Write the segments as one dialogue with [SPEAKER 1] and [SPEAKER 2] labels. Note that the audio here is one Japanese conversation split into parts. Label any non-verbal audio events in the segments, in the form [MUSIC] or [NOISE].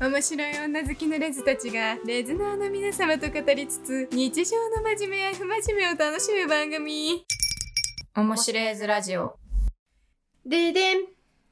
[SPEAKER 1] 面白い女好きのレズたちがレズナーの皆様と語りつつ日常の真面目や不真面目を楽しむ番組面白いズラジオででん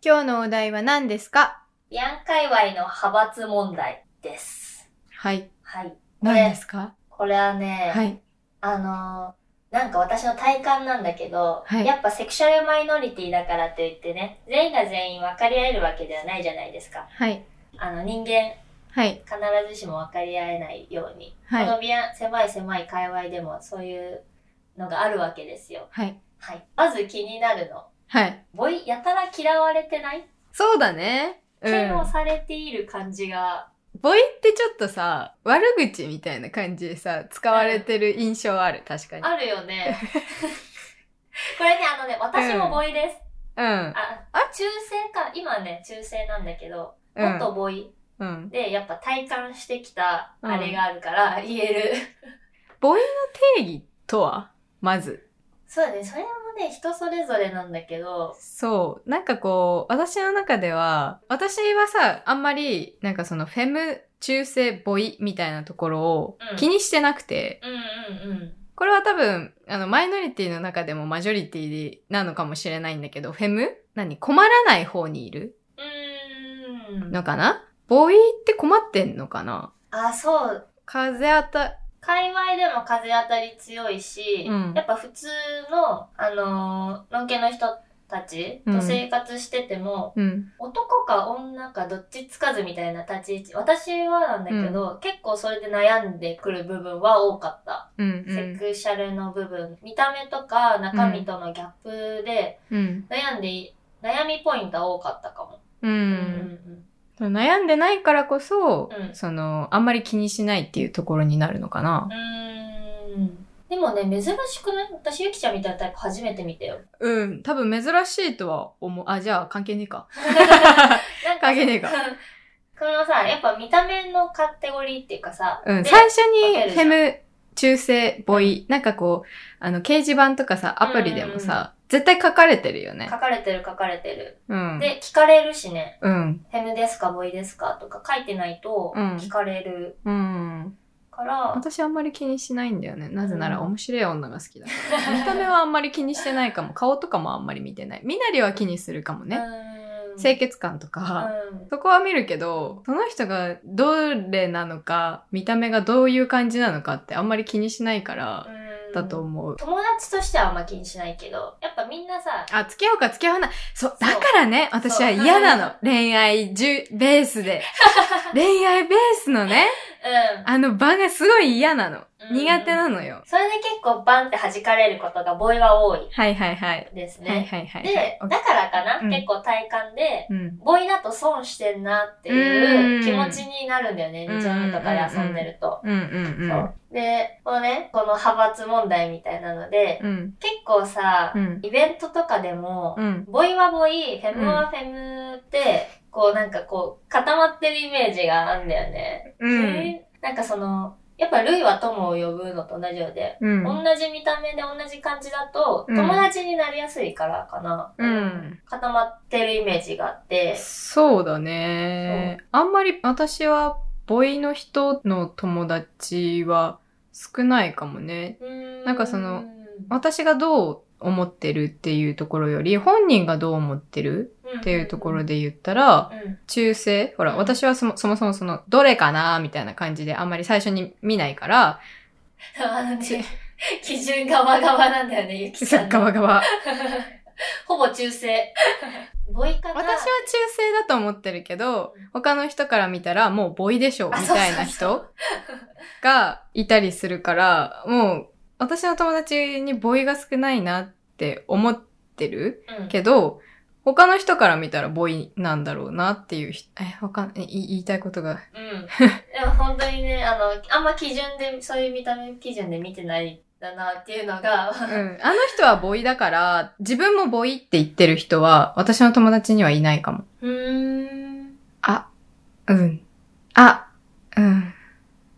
[SPEAKER 1] 今日のお題は何ですか
[SPEAKER 2] ビアン界隈の派閥問題です。
[SPEAKER 1] はい
[SPEAKER 2] はい。
[SPEAKER 1] 何ですか
[SPEAKER 2] これはね、
[SPEAKER 1] はい
[SPEAKER 2] あのーなんか私の体感なんだけど、
[SPEAKER 1] はい
[SPEAKER 2] やっぱセクシャルマイノリティだからといってね、全員が全員分かり合えるわけではないじゃないですか。
[SPEAKER 1] はい
[SPEAKER 2] あの人間、
[SPEAKER 1] はい
[SPEAKER 2] 必ずしも分かり合えないように、
[SPEAKER 1] はい
[SPEAKER 2] このビアン、狭い狭い界隈でもそういうのがあるわけですよ。
[SPEAKER 1] はい
[SPEAKER 2] はい。まず気になるの。
[SPEAKER 1] はい
[SPEAKER 2] ボイ、やたら嫌われてない
[SPEAKER 1] そうだねう
[SPEAKER 2] 嫌悪
[SPEAKER 1] ん
[SPEAKER 2] されている感じが、
[SPEAKER 1] ボイってちょっとさ悪口みたいな感じでさ使われてる印 [LAUGHS] 象ある確かに
[SPEAKER 2] あるよね。 [LAUGHS] これね、あのね、私もボイです。
[SPEAKER 1] うん
[SPEAKER 2] あ、中性か、今ね、中性なんだけど、
[SPEAKER 1] う
[SPEAKER 2] 元
[SPEAKER 1] ん
[SPEAKER 2] ボイ
[SPEAKER 1] うん
[SPEAKER 2] で、やっぱ体感してきた、あれがあるから、言える。
[SPEAKER 1] ボイの定義とはまず
[SPEAKER 2] そうだね、それもね、人それぞれなんだけど、
[SPEAKER 1] そう。なんかこう、私の中では、私はさ、あんまり、なんかそのフェム、中性、ボイみたいなところを
[SPEAKER 2] うん
[SPEAKER 1] 気にしてなくて、
[SPEAKER 2] うんうんうん。
[SPEAKER 1] これは多分、あの、マイノリティの中でもマジョリティなのかもしれないんだけど、フェム何困らない方にいる
[SPEAKER 2] うーん。
[SPEAKER 1] のかなボイって困ってんのかな
[SPEAKER 2] あ、そう。
[SPEAKER 1] 風当た、
[SPEAKER 2] 界隈でも風当たり強いし、
[SPEAKER 1] うん
[SPEAKER 2] やっぱ普通の、あのー、のんけの人たちと生活してても、
[SPEAKER 1] うん。
[SPEAKER 2] 男か女かどっちつかずみたいな立ち位置。私はなんだけど、結構それで悩んでくる部分は多かった。
[SPEAKER 1] うん、う
[SPEAKER 2] セ
[SPEAKER 1] ん。
[SPEAKER 2] クシャルの部分。見た目とか中身とのギャップで
[SPEAKER 1] うん。
[SPEAKER 2] 悩んでい、悩みポイントは多かったかも。
[SPEAKER 1] う。
[SPEAKER 2] うんん
[SPEAKER 1] 悩んでないからこそ、
[SPEAKER 2] うん
[SPEAKER 1] その、あんまり気にしないっていうところになるのかな
[SPEAKER 2] うんうん。うーん。でもね、珍しくない私、ゆきちゃんみたいなタイプ初めて見たよ。
[SPEAKER 1] うん、多分珍しいとは思う。あ、じゃあ関係ねえ
[SPEAKER 2] [LAUGHS]
[SPEAKER 1] か。
[SPEAKER 2] なん
[SPEAKER 1] 関係ねえか。
[SPEAKER 2] [LAUGHS] このさ、やっぱ見た目のカテゴリーっていうかさ、
[SPEAKER 1] うん、
[SPEAKER 2] で
[SPEAKER 1] 最初
[SPEAKER 2] 分け
[SPEAKER 1] に
[SPEAKER 2] る
[SPEAKER 1] フ
[SPEAKER 2] じゃ
[SPEAKER 1] ェ
[SPEAKER 2] ん
[SPEAKER 1] ム、中性、ボイ、なんかこう、あの、掲示板とかさ、アプリでもさ、絶対書かれてるよね
[SPEAKER 2] 書。かれてる書かれてる。
[SPEAKER 1] うん。
[SPEAKER 2] で、聞かれるしね。
[SPEAKER 1] うん。
[SPEAKER 2] フェムですかボイですかとか書いてないと
[SPEAKER 1] うん
[SPEAKER 2] 聞かれる
[SPEAKER 1] うん。
[SPEAKER 2] から、
[SPEAKER 1] 私あんまり気にしないんだよね。なぜなら
[SPEAKER 2] うん
[SPEAKER 1] 面白い女が好きだ
[SPEAKER 2] [LAUGHS]
[SPEAKER 1] から。見た目はあんまり気にしてないかも。顔とかもあんまり見てない。身なりは気にするかも
[SPEAKER 2] う
[SPEAKER 1] ね。
[SPEAKER 2] ーん
[SPEAKER 1] 清潔感とか。そこは見るけど、その人がどれなのか、見た目がどういう感じなのかってあんまり気にしないから、
[SPEAKER 2] うん
[SPEAKER 1] だと思う。
[SPEAKER 2] 友達としてはあんま気にしないけどやっぱみんなさ
[SPEAKER 1] あ、付き合うか付き合わない。そう、
[SPEAKER 2] そう
[SPEAKER 1] だからね、私は嫌な
[SPEAKER 2] [LAUGHS]
[SPEAKER 1] の。恋愛じゅ、ベースで。恋愛ベースのね、
[SPEAKER 2] うん
[SPEAKER 1] あの場がすごい嫌なの。
[SPEAKER 2] うん
[SPEAKER 1] 苦手なのよ。
[SPEAKER 2] それで結構バンって弾かれることがボイは多い
[SPEAKER 1] はいはいはい。
[SPEAKER 2] ですね、
[SPEAKER 1] はいはいはい。
[SPEAKER 2] で
[SPEAKER 1] オッケ
[SPEAKER 2] だからかな、
[SPEAKER 1] うん
[SPEAKER 2] 結構体感で
[SPEAKER 1] ーうん。
[SPEAKER 2] ボイだと損してんなっていう
[SPEAKER 1] うん
[SPEAKER 2] 気持ちになるんだよね
[SPEAKER 1] うん
[SPEAKER 2] 日曜日とかで遊んでると。
[SPEAKER 1] うんうんう
[SPEAKER 2] そ
[SPEAKER 1] ん
[SPEAKER 2] うで、このね、この派閥問題みたいなので、
[SPEAKER 1] うん。
[SPEAKER 2] 結構さ、
[SPEAKER 1] うん。
[SPEAKER 2] イベントとかでも、
[SPEAKER 1] うん。
[SPEAKER 2] ボイはボイ、フェムはフェムって、こうなんかこう固まってるイメージがあるんだよね。
[SPEAKER 1] うん。
[SPEAKER 2] なんかその、やっぱルイは友を呼ぶのと同じようで、
[SPEAKER 1] うん。
[SPEAKER 2] 同じ見た目で同じ感じだと、
[SPEAKER 1] うん
[SPEAKER 2] 友達になりやすいからかな。
[SPEAKER 1] うん
[SPEAKER 2] 固まってるイメージがあって、
[SPEAKER 1] そうだね。あんまり私は、ボイの人の友達は少ないかもね。なんかその
[SPEAKER 2] う
[SPEAKER 1] 私がどう思ってるっていうところより、本人がどう思ってる
[SPEAKER 2] ーん、
[SPEAKER 1] っていうところ
[SPEAKER 2] で、
[SPEAKER 1] で言ったら、
[SPEAKER 2] うん
[SPEAKER 1] 中性ほら、私はそもそもそもその、どれかなみたいな感じであんまり最初に見ない
[SPEAKER 2] [LAUGHS]
[SPEAKER 1] から、
[SPEAKER 2] あの [LAUGHS] ね、基準がわがわなんだよね、ゆきさんの。
[SPEAKER 1] ガバガバ。
[SPEAKER 2] [LAUGHS] ほぼ中性。ボイか
[SPEAKER 1] 私
[SPEAKER 2] な
[SPEAKER 1] は中性だと思ってるけど、他の人から見たらもうボイでしょみたいな人がいたりするから、もう私の友達にボイが少ないなって思ってる
[SPEAKER 2] うん
[SPEAKER 1] けど、他の人から見たらボイなんだろうなっていう人、え、他、えい言いたいことが。
[SPEAKER 2] うん。でも本当にね、あの、あんま基準で、そういう見た目基準で見てないんだなっていうのが、
[SPEAKER 1] うん。あの人はボイだから、自分もボイって言ってる人は、私の友達にはいないかも。
[SPEAKER 2] うー
[SPEAKER 1] う
[SPEAKER 2] ん。
[SPEAKER 1] ん。あ、うん。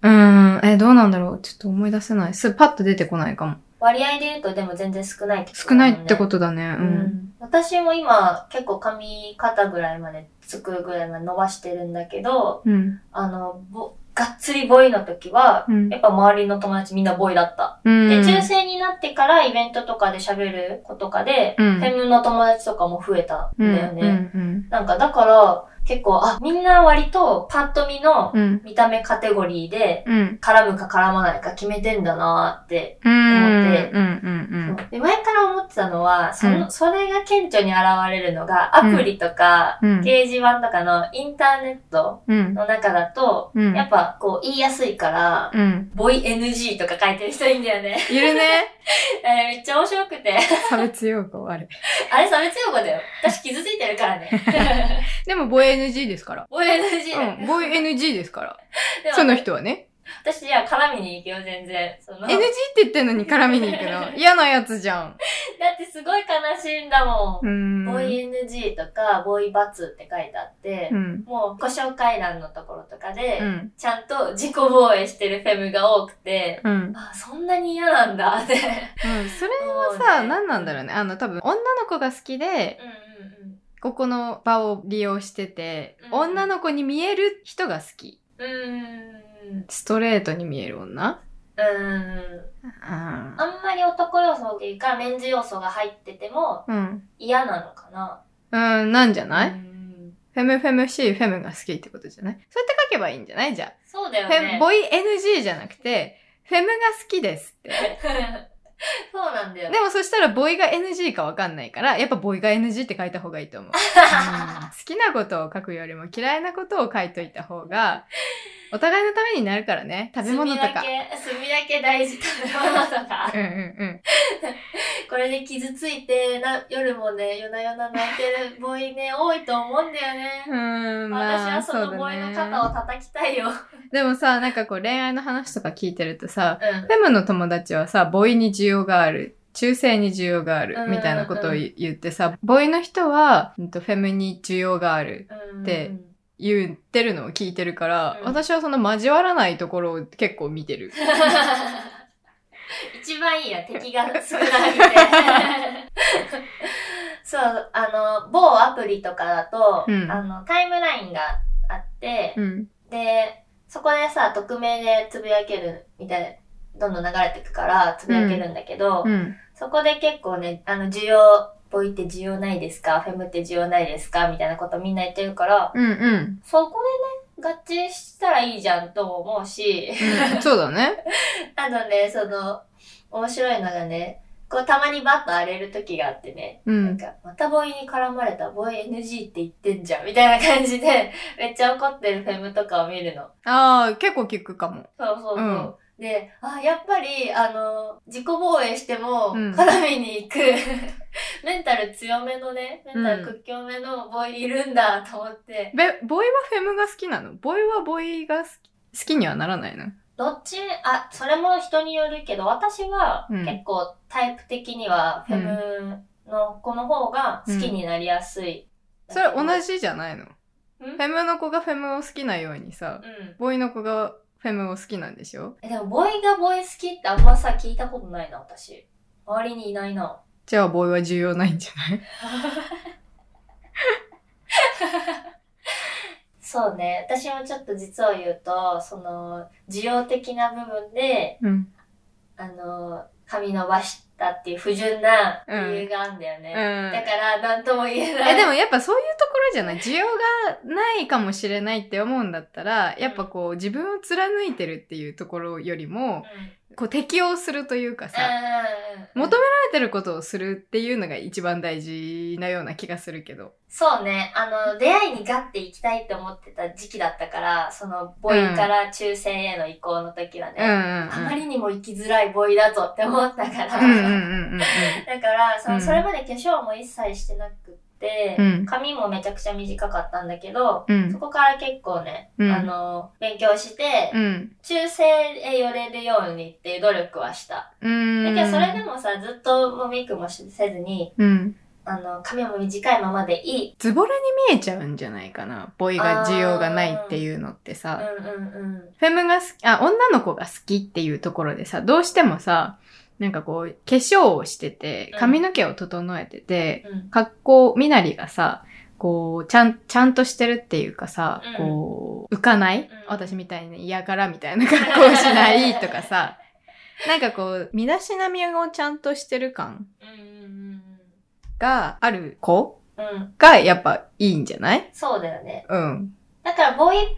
[SPEAKER 1] うーん。え、どうなんだろうちょっと思い出せない。す、パッと出てこないかも。
[SPEAKER 2] 割合で言うとでも全然少ない
[SPEAKER 1] 少ないってこととだね。う
[SPEAKER 2] だもんね、
[SPEAKER 1] ん。
[SPEAKER 2] うん私も今結構髪肩ぐらいまでつくぐらいまで伸ばしてるんだけど、
[SPEAKER 1] うん。
[SPEAKER 2] あの、ぼがっつりボーイの時は、
[SPEAKER 1] うん
[SPEAKER 2] やっぱ周りの友達みんなボーイだった。
[SPEAKER 1] うん。
[SPEAKER 2] で、中性になってからイベントとかで喋る子とかで、
[SPEAKER 1] うん
[SPEAKER 2] フェムの友達とかも増えたんだよね。
[SPEAKER 1] うん。
[SPEAKER 2] なんかだから、結構、あ、みんな割とパッと見の
[SPEAKER 1] うん。うん。
[SPEAKER 2] 見た目カテゴリーで、
[SPEAKER 1] うん。
[SPEAKER 2] 絡むか絡まないか決めてんだなーって。
[SPEAKER 1] うん。
[SPEAKER 2] 思って
[SPEAKER 1] うん。うん。
[SPEAKER 2] で前から思ってたのは、その、
[SPEAKER 1] う
[SPEAKER 2] それが顕著に現れるのが、アプリとか、
[SPEAKER 1] うん。うん。
[SPEAKER 2] 掲示板とかのインターネット
[SPEAKER 1] うん。
[SPEAKER 2] の中だと、
[SPEAKER 1] うん。
[SPEAKER 2] やっぱこう言いやすいから、
[SPEAKER 1] うん。
[SPEAKER 2] ボイ NG とか書いてる人いいんだよね。 [LAUGHS]
[SPEAKER 1] いるね。
[SPEAKER 2] あれめっちゃ面白くて。 [LAUGHS]
[SPEAKER 1] 差別用語、あれ。
[SPEAKER 2] あれ差別用語だよ。私傷ついてるか
[SPEAKER 1] [LAUGHS]
[SPEAKER 2] らね。
[SPEAKER 1] でも、ボエ NG ですから。
[SPEAKER 2] ボイ NG だよ。
[SPEAKER 1] うん。ボエ NG ですから。
[SPEAKER 2] でも
[SPEAKER 1] その人はね。
[SPEAKER 2] 私じゃあ絡みに行くよ、全然。その
[SPEAKER 1] NG って言ってんのに絡みに行くの。嫌なやつじゃん。
[SPEAKER 2] だってすごい悲しいんだも。
[SPEAKER 1] うんん。
[SPEAKER 2] ボーイ NG とか、ボーイバツって書いてあって、
[SPEAKER 1] うん。
[SPEAKER 2] もうご紹介欄のところとかで、
[SPEAKER 1] うん。
[SPEAKER 2] ちゃんと自己防衛してるフェムが多くて、
[SPEAKER 1] うん。うん。
[SPEAKER 2] あ、そんなに嫌なんだ [LAUGHS] って。
[SPEAKER 1] それ
[SPEAKER 2] は
[SPEAKER 1] さ、何なんだろ
[SPEAKER 2] う
[SPEAKER 1] う
[SPEAKER 2] ね。
[SPEAKER 1] ね。あの、多分、女の子が好きで、
[SPEAKER 2] うんうんうん。
[SPEAKER 1] ここの場を利用してて、
[SPEAKER 2] うん
[SPEAKER 1] 女の子に見える人が好き。
[SPEAKER 2] うーん。
[SPEAKER 1] ストレートに見える女
[SPEAKER 2] うーん。
[SPEAKER 1] あ
[SPEAKER 2] あんまり男要素というか、メンズ要素が入ってても
[SPEAKER 1] うん。
[SPEAKER 2] 嫌なのかな。
[SPEAKER 1] うん、なんじゃな、
[SPEAKER 2] はい
[SPEAKER 1] フェムフェムシーフェムが好きってことじゃないそうやって書けばいいんじゃないじゃ
[SPEAKER 2] そうだ
[SPEAKER 1] あ、
[SPEAKER 2] よ
[SPEAKER 1] フェム、
[SPEAKER 2] ね。
[SPEAKER 1] ボイ NG じゃなくて、フェムが好きですって。
[SPEAKER 2] [LAUGHS] そうなんだよ。
[SPEAKER 1] でもそしたらボイが NG かわかんないから、やっぱボイが NG って書いた方がいいと思う。うん [LAUGHS] 好きなことを書くよりも嫌いなことを書いといた方が、お互いのためになるからね。食べ物と
[SPEAKER 2] 炭だ
[SPEAKER 1] か。
[SPEAKER 2] け、炭だけ大事。食べ物とか
[SPEAKER 1] [LAUGHS] うん。うん
[SPEAKER 2] これで傷ついてな、夜もね、夜な夜な泣いてるボーイね、多いと思うんだよね。
[SPEAKER 1] うん。うーん、
[SPEAKER 2] 私
[SPEAKER 1] ま
[SPEAKER 2] は
[SPEAKER 1] あ、
[SPEAKER 2] そ
[SPEAKER 1] そうだ
[SPEAKER 2] の
[SPEAKER 1] ね。
[SPEAKER 2] ボーイの肩を叩きたいよ。う
[SPEAKER 1] でもさ、なんかこう恋愛の話とか聞いてるとさ、フ
[SPEAKER 2] ん。
[SPEAKER 1] ェムの友達はさ、ボーイに需要がある。中性に需要があ
[SPEAKER 2] うんうん
[SPEAKER 1] る。
[SPEAKER 2] うん
[SPEAKER 1] みたいなことを言言ってさ、ボーイの人は、うんとフェムに需要がある。
[SPEAKER 2] うん
[SPEAKER 1] で言ってるのを聞いてるから、
[SPEAKER 2] うん
[SPEAKER 1] 私はその交わらないところを結構見て
[SPEAKER 2] [LAUGHS]
[SPEAKER 1] る。
[SPEAKER 2] [LAUGHS] 一番いいや、敵が少ないみ
[SPEAKER 1] [LAUGHS]
[SPEAKER 2] そう、あの、某アプリとかだと、
[SPEAKER 1] うん
[SPEAKER 2] あの、タイムラインがあって、
[SPEAKER 1] うん。
[SPEAKER 2] で、そこでさ、匿名でつぶやけるみたいな、どんどん流れてくから、つぶやけるんだけど、
[SPEAKER 1] うん。
[SPEAKER 2] そこで結構ね、あの、需要、ボイって需要ないですかフェムって需要ないですかみたいなことみんな言ってるから、
[SPEAKER 1] うんうん。
[SPEAKER 2] そこでね、合致したらいいじゃんとも思うし、 [LAUGHS]
[SPEAKER 1] うん、そうだね。
[SPEAKER 2] あのね、その、面白いのがね、こうたまにバッと荒れる時があってね、
[SPEAKER 1] う
[SPEAKER 2] なん
[SPEAKER 1] ん。
[SPEAKER 2] か、またボイに絡まれた、ボイ NG って言ってんじゃん、みたいな感じで、めっちゃ怒ってるフェムとかを見るの。
[SPEAKER 1] ああ、結構聞くかも。
[SPEAKER 2] そうそうそう。
[SPEAKER 1] うん
[SPEAKER 2] で、あ、やっぱり、あの、自己防衛しても、
[SPEAKER 1] うん
[SPEAKER 2] 絡みに行く、 [LAUGHS] メンタル強めのね、メンタル屈強めのボイいるんだと思って、
[SPEAKER 1] べボーイはフェムが好きなのボーイはボーイが好き好きにはならないの
[SPEAKER 2] どっち、あ、それも人によるけど、私は
[SPEAKER 1] うん
[SPEAKER 2] 結構タイプ的にはフェムの子の方が好きになりやすい。
[SPEAKER 1] それ同じじゃないの
[SPEAKER 2] うん
[SPEAKER 1] フェムの子がフェムを好きなようにさ、
[SPEAKER 2] うん。
[SPEAKER 1] ボーイの子がフェムを好きなんでしょ
[SPEAKER 2] え、でも、ボーイがボーイ好きってあんまさ、聞いたことないな、私。周りにいないな。
[SPEAKER 1] じゃあボーイは重要ないんじゃない
[SPEAKER 2] そうね。私もちょっと実を言うと、その、需要的な部分で、
[SPEAKER 1] うん。
[SPEAKER 2] あの、髪伸ばしたっていう不純な理由があるんだよ
[SPEAKER 1] う
[SPEAKER 2] ね。
[SPEAKER 1] ん
[SPEAKER 2] だ。から、なんとも言えない。
[SPEAKER 1] [LAUGHS] え、でもやっぱそういうところじゃない需要がないかもしれないって思うんだったら、やっぱこう自分を貫いてるっていうところよりも、
[SPEAKER 2] うん、
[SPEAKER 1] こう適応するというかさ、
[SPEAKER 2] うんうんうん
[SPEAKER 1] 求められてることをするっていうのが一番大事なような気がするけど。
[SPEAKER 2] そうね。あの、出会いにガッて行きたいって思ってた時期だったから、その、ボイから中性への移行の時は
[SPEAKER 1] うんうんう
[SPEAKER 2] ね、
[SPEAKER 1] ん。
[SPEAKER 2] あまりにも行きづらいボイだぞって思ったから、
[SPEAKER 1] うんうんうん
[SPEAKER 2] だからその、
[SPEAKER 1] うん
[SPEAKER 2] それまで化粧も一切してなくって、
[SPEAKER 1] うん
[SPEAKER 2] 髪もめちゃくちゃ短かったんだけど、
[SPEAKER 1] うん。
[SPEAKER 2] そこから結構ね、
[SPEAKER 1] うん
[SPEAKER 2] あの、勉強して、
[SPEAKER 1] うん。
[SPEAKER 2] 中性へ寄れるようにっていう努力はした。
[SPEAKER 1] うん。
[SPEAKER 2] だけどそれでもさ、ずっともうメイクもしせずに、
[SPEAKER 1] うん。
[SPEAKER 2] あの、髪も短いままでいい。
[SPEAKER 1] ズボラに見えちゃうんじゃないかな。ボイが需要がないっていうのって
[SPEAKER 2] うん
[SPEAKER 1] さ。
[SPEAKER 2] うんうん。
[SPEAKER 1] フェムが好き、あ、女の子が好きっていうところでさ、どうしてもさ、なんかこう、化粧をしてて、髪の毛を整えてて、
[SPEAKER 2] うん。
[SPEAKER 1] 格好、みなりがさ、こう、ちゃん、ちゃんとしてるっていうかさ、
[SPEAKER 2] うん
[SPEAKER 1] こう、浮かない、
[SPEAKER 2] ん
[SPEAKER 1] 私みたいに嫌がらみたいな格好をしないとかさ、なんかこう、身だしなみをちゃんとしてる感
[SPEAKER 2] うん。
[SPEAKER 1] がある子
[SPEAKER 2] うん。
[SPEAKER 1] がやっぱいいんじゃない
[SPEAKER 2] そうだよね。
[SPEAKER 1] うん。
[SPEAKER 2] だから、ボーイっ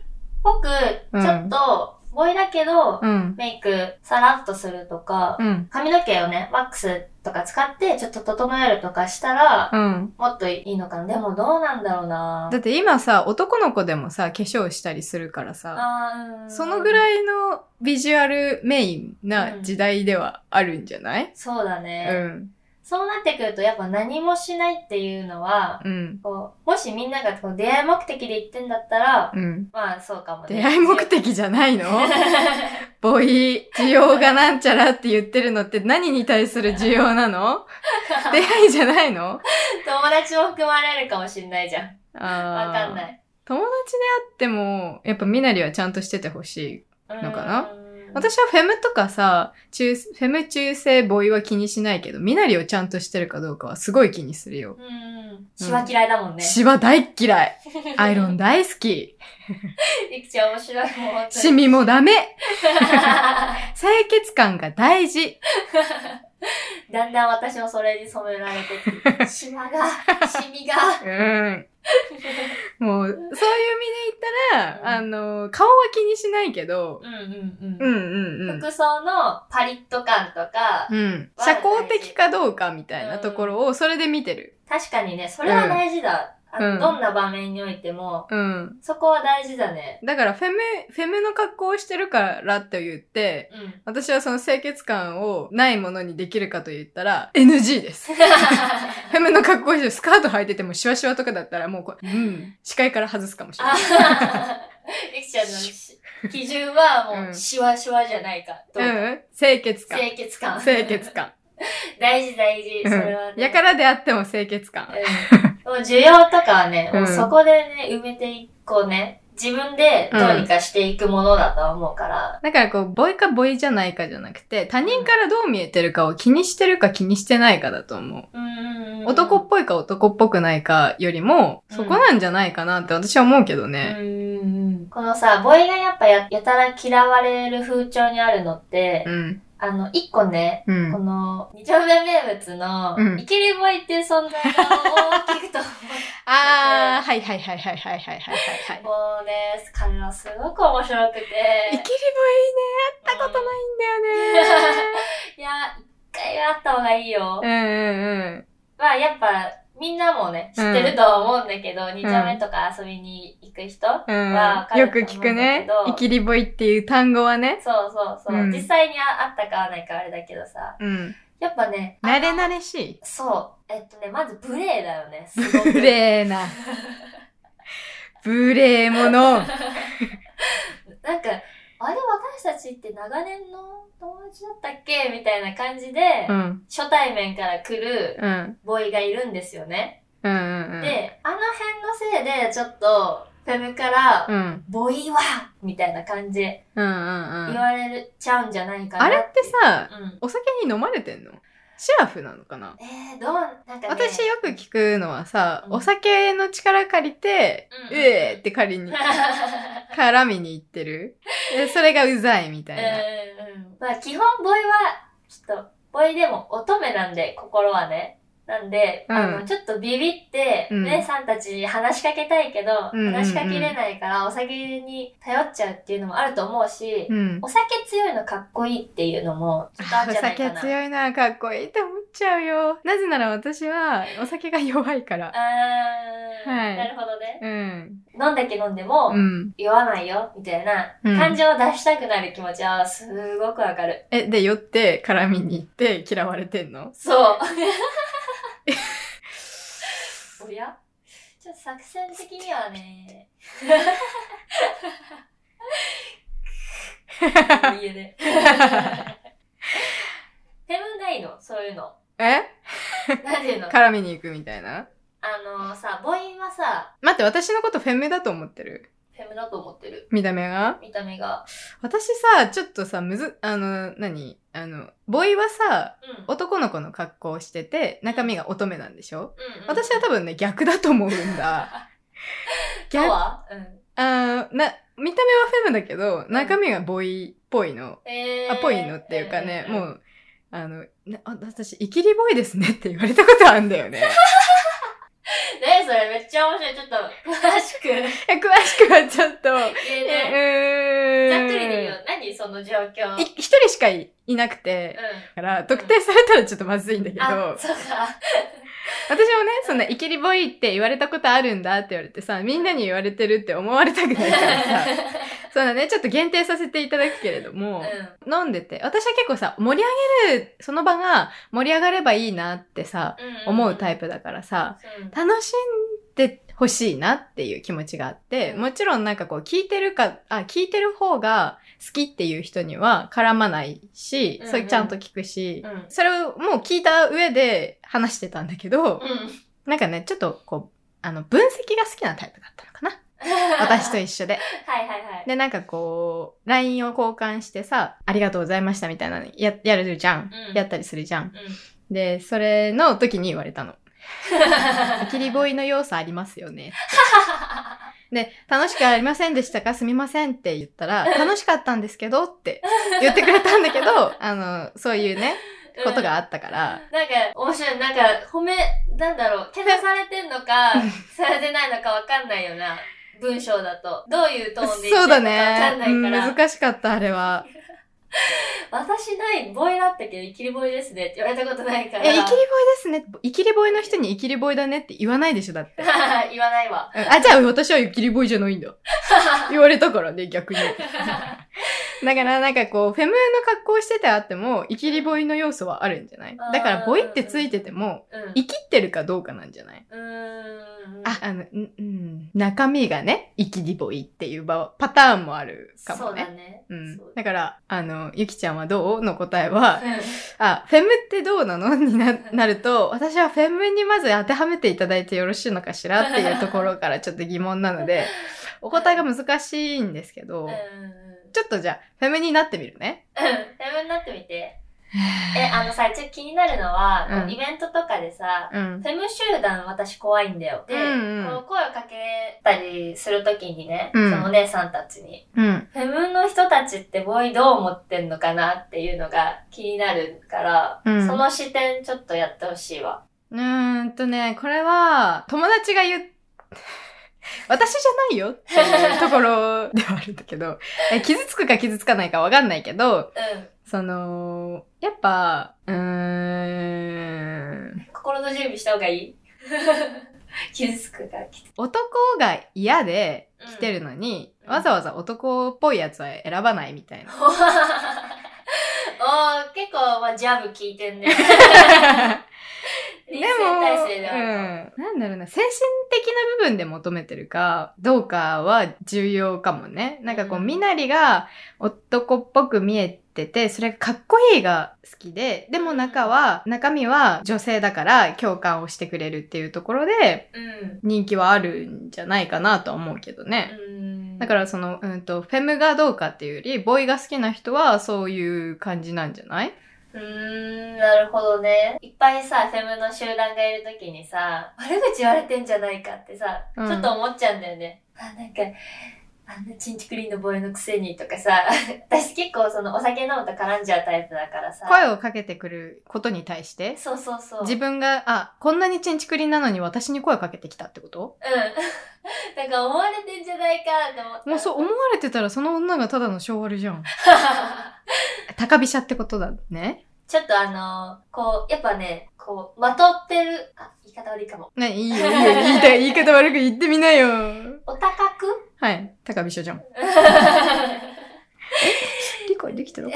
[SPEAKER 2] ぽく、
[SPEAKER 1] うん
[SPEAKER 2] ちょっと、ボーイだけど、
[SPEAKER 1] うん。
[SPEAKER 2] メイク、さらっとするとか、
[SPEAKER 1] うん。
[SPEAKER 2] 髪の毛をね、ワックスとか使って、ちょっと整えるとかしたら、
[SPEAKER 1] うん。
[SPEAKER 2] もっといいのかな。でも、どうなんだろうな
[SPEAKER 1] だって今さ、男の子でもさ、化粧したりするからさ、
[SPEAKER 2] あーうん
[SPEAKER 1] そのぐらいのビジュアルメインな時代ではあるんじゃない
[SPEAKER 2] そうだ
[SPEAKER 1] う
[SPEAKER 2] ね。
[SPEAKER 1] ん。
[SPEAKER 2] そうなってくると、やっぱ何もしないっていうのは、
[SPEAKER 1] うん。
[SPEAKER 2] こう、もしみんながこう出会い目的で行ってんだったら、
[SPEAKER 1] うん。
[SPEAKER 2] まあそうかもね。
[SPEAKER 1] 出会い目
[SPEAKER 2] [LAUGHS]
[SPEAKER 1] 的じゃないのボイ、需要がなんちゃらって言ってるのって何に対する需要な
[SPEAKER 2] [LAUGHS]
[SPEAKER 1] の出会いじゃないの。
[SPEAKER 2] 友達も含まれるかもしんないじゃん。わかんないい。
[SPEAKER 1] 友達であっても、やっぱみなりはちゃんとしててほしいのかな
[SPEAKER 2] うーん
[SPEAKER 1] 私はフェムとかさ、中、フェム中性ボーイは気にしないけど、みなりをちゃんとしてるかどうかはすごい気にするよ。
[SPEAKER 2] うん。シワ嫌いだもんね。
[SPEAKER 1] シワ大っ嫌い。アイロン大好き。
[SPEAKER 2] いくちゃん面白いもん。本当
[SPEAKER 1] シ
[SPEAKER 2] に
[SPEAKER 1] ミもダメ。清潔感が大事。
[SPEAKER 2] [LAUGHS] だんだん私もそれに染められてくる。シワが、シミが。
[SPEAKER 1] うん。もう、そういう意味で言ったら、あ
[SPEAKER 2] う
[SPEAKER 1] の、顔は気にしないけど
[SPEAKER 2] う、んう
[SPEAKER 1] う
[SPEAKER 2] ん
[SPEAKER 1] ん
[SPEAKER 2] うん。
[SPEAKER 1] うんうん。
[SPEAKER 2] 服装のパリッと感とか、
[SPEAKER 1] うん。社交的かどうかみたいなところをそれで見てる。
[SPEAKER 2] 確かにね、それは大事だ。あ
[SPEAKER 1] うん
[SPEAKER 2] のどんな場面においても、
[SPEAKER 1] うん。
[SPEAKER 2] そこは大事だね。
[SPEAKER 1] だからフェム、フェムの格好をしてるからと言って、
[SPEAKER 2] うん。
[SPEAKER 1] [LAUGHS] 私はその清潔感をないものにできるかと言ったら NG です。フェムの格好いいですスカート履いててもシワシワとかだったらもうこれ、うん、視界から外すかもしれない。
[SPEAKER 2] あゆきちゃん
[SPEAKER 1] [LAUGHS]
[SPEAKER 2] のし基準はも
[SPEAKER 1] うん
[SPEAKER 2] う、シワシワじゃないか。どうか
[SPEAKER 1] うん、清潔感。
[SPEAKER 2] 清潔感。
[SPEAKER 1] 清潔感。
[SPEAKER 2] 大事大事。
[SPEAKER 1] う
[SPEAKER 2] [LAUGHS] それは、
[SPEAKER 1] ん。やからであっても清潔感。
[SPEAKER 2] うん。もう需要とかはね、
[SPEAKER 1] うん
[SPEAKER 2] もうそこでね、埋めていこうね。自分でどうにかしていくものだとは思うから。
[SPEAKER 1] だからこう、ボイかボイじゃないかじゃなくて、他人からどう見えてるかを気にしてるか気にしてないかだと思う。
[SPEAKER 2] うん。
[SPEAKER 1] 男っぽいか男っぽくないかよりも、
[SPEAKER 2] うん
[SPEAKER 1] そこなんじゃないかなって私は思うけどね。
[SPEAKER 2] うんこのさ、ボーイがやっぱややたら嫌われる風潮にあるのって、
[SPEAKER 1] うん。
[SPEAKER 2] あの、一個ね、
[SPEAKER 1] うん
[SPEAKER 2] こ。の、二丁目名物の、
[SPEAKER 1] うん
[SPEAKER 2] イケリボーイっていう存在が大きくと思
[SPEAKER 1] あー、はいはいはいはいはいはいはいはい。 [LAUGHS]
[SPEAKER 2] う。 [LAUGHS] もうね、彼はすごく面白くて。
[SPEAKER 1] イケリボイね、会ったことないん
[SPEAKER 2] いや、一回はあった方がいいよ。
[SPEAKER 1] だよね。
[SPEAKER 2] まあ、やっぱ、みんなもね、知ってるとは思うんだけど、二丁目とか遊びに行く人、
[SPEAKER 1] うんうんうん。
[SPEAKER 2] わ
[SPEAKER 1] うん、よく聞くね
[SPEAKER 2] わかると思うんだけど。
[SPEAKER 1] イキリボイっていう単語はね。
[SPEAKER 2] そうそうそう。
[SPEAKER 1] うん
[SPEAKER 2] 実際にああったかはないかあれだけどさ。
[SPEAKER 1] うん。
[SPEAKER 2] やっぱね、
[SPEAKER 1] 慣れ慣れしい。
[SPEAKER 2] そう。えっとね、まず無礼だ
[SPEAKER 1] [LAUGHS]
[SPEAKER 2] よね。すごく
[SPEAKER 1] 無礼な。無礼者。
[SPEAKER 2] なんか、あれ私たちって長年の友達だったっけみたいな感じで、
[SPEAKER 1] うん。
[SPEAKER 2] 初対面から来る
[SPEAKER 1] うん。
[SPEAKER 2] ボーイがいるんですよね。
[SPEAKER 1] うんうんうん。
[SPEAKER 2] で、あの辺のせいで、ちょっと、フェムから、
[SPEAKER 1] うん。
[SPEAKER 2] ボーイはみたいな感じで
[SPEAKER 1] うんうんう
[SPEAKER 2] 言
[SPEAKER 1] ん。
[SPEAKER 2] われちゃうんじゃないかな。
[SPEAKER 1] あれってさ、
[SPEAKER 2] うん。
[SPEAKER 1] お酒に飲まれてんのシラフなのかな
[SPEAKER 2] えー、どう、なんかね。
[SPEAKER 1] 私よく
[SPEAKER 2] [LAUGHS]
[SPEAKER 1] 聞くのはさ、
[SPEAKER 2] うん
[SPEAKER 1] お酒の力借りて、
[SPEAKER 2] う
[SPEAKER 1] うんえーって借り
[SPEAKER 2] [LAUGHS]
[SPEAKER 1] に絡みに行ってる。でそれがうざいみたいな。
[SPEAKER 2] うんうんうん。まあ、基本、ボーイは、ちょっと、ボーイでも乙女なんで、心はね。なんで、
[SPEAKER 1] うん
[SPEAKER 2] あの、ちょっとビビって、
[SPEAKER 1] うん
[SPEAKER 2] 姉さんたちに話しかけたいけど、
[SPEAKER 1] うんうんうん
[SPEAKER 2] 話しかけれないから、お酒に頼っちゃうっていうのもあると思うし、
[SPEAKER 1] うん。
[SPEAKER 2] お酒強いのかっこいいっていうのも、ちょっとあ
[SPEAKER 1] あ
[SPEAKER 2] るん
[SPEAKER 1] お
[SPEAKER 2] じゃないか
[SPEAKER 1] 酒
[SPEAKER 2] な。い。
[SPEAKER 1] 強いな、かっこいいって思っちゃうよ。なぜなら私は、お酒が弱いから。
[SPEAKER 2] あー、
[SPEAKER 1] はい
[SPEAKER 2] なるほどね。
[SPEAKER 1] うん。
[SPEAKER 2] 飲んだけ飲んでも、
[SPEAKER 1] うん。
[SPEAKER 2] 酔わないよ、みたいな、
[SPEAKER 1] うん
[SPEAKER 2] 感情を出したくなる気持ちは、すごくわかる。
[SPEAKER 1] え、で、酔って、絡みに行って、嫌われてん
[SPEAKER 2] [LAUGHS]
[SPEAKER 1] の
[SPEAKER 2] そう。おやちょっと作戦的に
[SPEAKER 1] [LAUGHS]
[SPEAKER 2] はね。いいね。でもないの、そういうの。
[SPEAKER 1] え
[SPEAKER 2] なんていうのあ
[SPEAKER 1] 絡みに行くみたいな
[SPEAKER 2] のさ、母音はさ、
[SPEAKER 1] 待って、私のことフェムだと思ってる。
[SPEAKER 2] フェムだと思ってる。
[SPEAKER 1] 見た目が
[SPEAKER 2] 見た目が。
[SPEAKER 1] 私さ、ちょっとさ、むず、あの、何あの、ボーイはさ、
[SPEAKER 2] うん。
[SPEAKER 1] 男の子の格好をしてて、中身が乙女なんでしょ
[SPEAKER 2] うんうん、
[SPEAKER 1] 私は多分ね、逆だと思うんだ。
[SPEAKER 2] [LAUGHS] 今
[SPEAKER 1] 逆、
[SPEAKER 2] 日
[SPEAKER 1] あ
[SPEAKER 2] はうん。
[SPEAKER 1] ーな、見た目はフェムだけど、中身がボーイっぽいの。
[SPEAKER 2] えー、
[SPEAKER 1] あ、っぽいのっていうかね、
[SPEAKER 2] ん
[SPEAKER 1] も。う、あの、なあ私、イキリボーイですねって言われたことあるんだよ [LAUGHS] ね。
[SPEAKER 2] ねそれめっちゃ面白い。ちょっと、詳し
[SPEAKER 1] [LAUGHS]
[SPEAKER 2] く言
[SPEAKER 1] いや詳しくはちょっと、
[SPEAKER 2] えない。
[SPEAKER 1] え
[SPEAKER 2] ざ
[SPEAKER 1] ー
[SPEAKER 2] っくりでいいよ。何その状況。
[SPEAKER 1] い一人しかいいなくて、だから、特定されたらちょっとまずいんだけ
[SPEAKER 2] うん。
[SPEAKER 1] ど、
[SPEAKER 2] あ、
[SPEAKER 1] 私
[SPEAKER 2] そうか。
[SPEAKER 1] もね、そんな、イキリボーイって言われたことあるんだって言われてさ、みんなに言われてるって思われたく [LAUGHS] ないから
[SPEAKER 2] [LAUGHS]
[SPEAKER 1] さ、 [LAUGHS] そうだね、ちょっと限定させていただくけれども、
[SPEAKER 2] う
[SPEAKER 1] 飲んでて、私は結構さ、盛り上げる、その場が盛り上がればいいなってさ、
[SPEAKER 2] ん。ん
[SPEAKER 1] 思うタイ。プだからさ、
[SPEAKER 2] うん
[SPEAKER 1] 楽しんでほしいなっていう気持ちがあって、
[SPEAKER 2] うん
[SPEAKER 1] もちろんなんかこう聞いてるか、あ、聞いてる方が好きっていう人には絡まないし、
[SPEAKER 2] うんうん
[SPEAKER 1] それちゃんと聞くし、
[SPEAKER 2] うん。うん
[SPEAKER 1] それをもう聞いた上で話してたんだけど、なんかね、ちょっとこう、あの、分析が好きなタイプだったのか
[SPEAKER 2] [LAUGHS]
[SPEAKER 1] な。私と一緒で。
[SPEAKER 2] はいはいはい。
[SPEAKER 1] で、なんかこう、LINE を交換してさ、ありがとうございましたみたいなのや、やるじゃん。
[SPEAKER 2] うん
[SPEAKER 1] やったりするじゃん。
[SPEAKER 2] うん
[SPEAKER 1] で、それの時に言われたの。切りボーイの要素ありますよね。で、楽しくありませんでしたかすみませんって言ったら、楽しかったんですけどって言ってくれたんだけど、
[SPEAKER 2] [LAUGHS]
[SPEAKER 1] あの、そういうね、ことがあったから、
[SPEAKER 2] なんか、面白い。なんか、褒め、なんだろう、けなされてんのか、されてないのかわかんないよな。文章だと。どういうトーンで言
[SPEAKER 1] そ
[SPEAKER 2] っ
[SPEAKER 1] う
[SPEAKER 2] て
[SPEAKER 1] だ
[SPEAKER 2] るのかわか
[SPEAKER 1] ね。
[SPEAKER 2] んな
[SPEAKER 1] う
[SPEAKER 2] い
[SPEAKER 1] ん
[SPEAKER 2] から。
[SPEAKER 1] 難しかった、あれは。
[SPEAKER 2] 私ない、ボイだったけど、イキリボイですねって言われたことないから。
[SPEAKER 1] え、イキリボーイですね。イキリボーイの人にイキリボーイだねって言わないでしょ、だって。
[SPEAKER 2] [LAUGHS] 言わないわ。
[SPEAKER 1] あ、じゃあ私はイキリボーイじゃないんだ。言われたからね、
[SPEAKER 2] [LAUGHS]
[SPEAKER 1] 逆に。だからなんかこう、フェムの格好をしててあっても、イキリボイの要素はあるんじゃない
[SPEAKER 2] あー
[SPEAKER 1] だから、ボイって [LAUGHS] ついてても、
[SPEAKER 2] うん。
[SPEAKER 1] 生きってるかどうかなんじゃないあ、あの、んうん、中身がね、イキリボイっていう場パターンもあるか
[SPEAKER 2] そ
[SPEAKER 1] も
[SPEAKER 2] うだ
[SPEAKER 1] ね。
[SPEAKER 2] ね。
[SPEAKER 1] うん
[SPEAKER 2] そ、う
[SPEAKER 1] だから、あの、ゆきちゃんはどうの答え
[SPEAKER 2] [LAUGHS]
[SPEAKER 1] は、
[SPEAKER 2] うん
[SPEAKER 1] あ、フェムってどうなのにななると、私はフェムにまず当てはめていただいてよろしいのかしらっていうところからちょっと疑問なの
[SPEAKER 2] [LAUGHS]
[SPEAKER 1] で、お答えが難しいんですけど
[SPEAKER 2] うんうん、うん。
[SPEAKER 1] ちょっとじゃあ、フェムになってみるね。
[SPEAKER 2] 自分になってみて。え、あのさ、ちょっと気になるのは、
[SPEAKER 1] うん
[SPEAKER 2] こうイベントとかでさ、
[SPEAKER 1] うん。
[SPEAKER 2] フェム集団私怖いんだよ。で、
[SPEAKER 1] うんうん
[SPEAKER 2] こう声をかけたりするときにね、
[SPEAKER 1] うん
[SPEAKER 2] そのお姉さんたちに、
[SPEAKER 1] うん。
[SPEAKER 2] フェムの人たちってボーイどう思ってんのかなっていうのが気になるから、
[SPEAKER 1] うん
[SPEAKER 2] その視点ちょっとやってほしいわ。
[SPEAKER 1] うーんとね、これは、友達が言っ、 [LAUGHS] 私じゃないよ
[SPEAKER 2] [LAUGHS]
[SPEAKER 1] っていうところではあるんだけど、え傷つくか傷つかないかわかんないけど、
[SPEAKER 2] うん。
[SPEAKER 1] その、やっぱ、うーん、
[SPEAKER 2] 心の準備した方がいい傷つくからきつい。
[SPEAKER 1] 男が嫌で来て
[SPEAKER 2] る。
[SPEAKER 1] るのに、
[SPEAKER 2] うん
[SPEAKER 1] わざわざ男っぽいやつは選ばないみ
[SPEAKER 2] [LAUGHS]
[SPEAKER 1] たいな。
[SPEAKER 2] おー結構、まあ、ジャブ効いて
[SPEAKER 1] [LAUGHS]
[SPEAKER 2] んね。臨戦体制である
[SPEAKER 1] うん、なんだろうな、精神的な部分で求めてるかどうかは重要かもね。なんかこう、
[SPEAKER 2] うん
[SPEAKER 1] 身なりが男っぽく見えてて、それがかっこいいが好きで、でも中は、中身は女性だから共感をしてくれるっていうところで、
[SPEAKER 2] と。うん。
[SPEAKER 1] 人気はあるんじゃないかなとは思うけどね。
[SPEAKER 2] うん。
[SPEAKER 1] だからその、うんと、フェムがどうかっていうより、ボーイが好きな人はそういう感じなんじゃないう
[SPEAKER 2] ーん、なるほどね。いっぱいさ、フェムの集団がいるときにさ、悪口言われてんじゃないかってさ、
[SPEAKER 1] うん
[SPEAKER 2] ちょっと思っちゃうんだよね。あ、なんか、あんなチンチクリンのボーイのくせにとかさ、 [LAUGHS] 私結構そのお酒飲むと絡んじゃうタイプだからさ。
[SPEAKER 1] 声をかけてくることに対して、
[SPEAKER 2] そうそうそう。
[SPEAKER 1] 自分が、あ、こんなにチンチクリンなのに私に声かけてきたってこと
[SPEAKER 2] うん。 [LAUGHS] なんか思われてんじゃないかって思った。
[SPEAKER 1] もうそう
[SPEAKER 2] [LAUGHS]
[SPEAKER 1] 思われてたらその女がただの性悪じゃん。 [LAUGHS] 高飛車ってことだね。
[SPEAKER 2] ちょっとあのーこう、やっぱね、こう、まとってる、あ、言い方悪いかも。
[SPEAKER 1] ね、いいよ、いいよ、言いたい、言い方悪く言ってみなよ。
[SPEAKER 2] お高く
[SPEAKER 1] [LAUGHS] はい、高飛車じゃん。理解できてる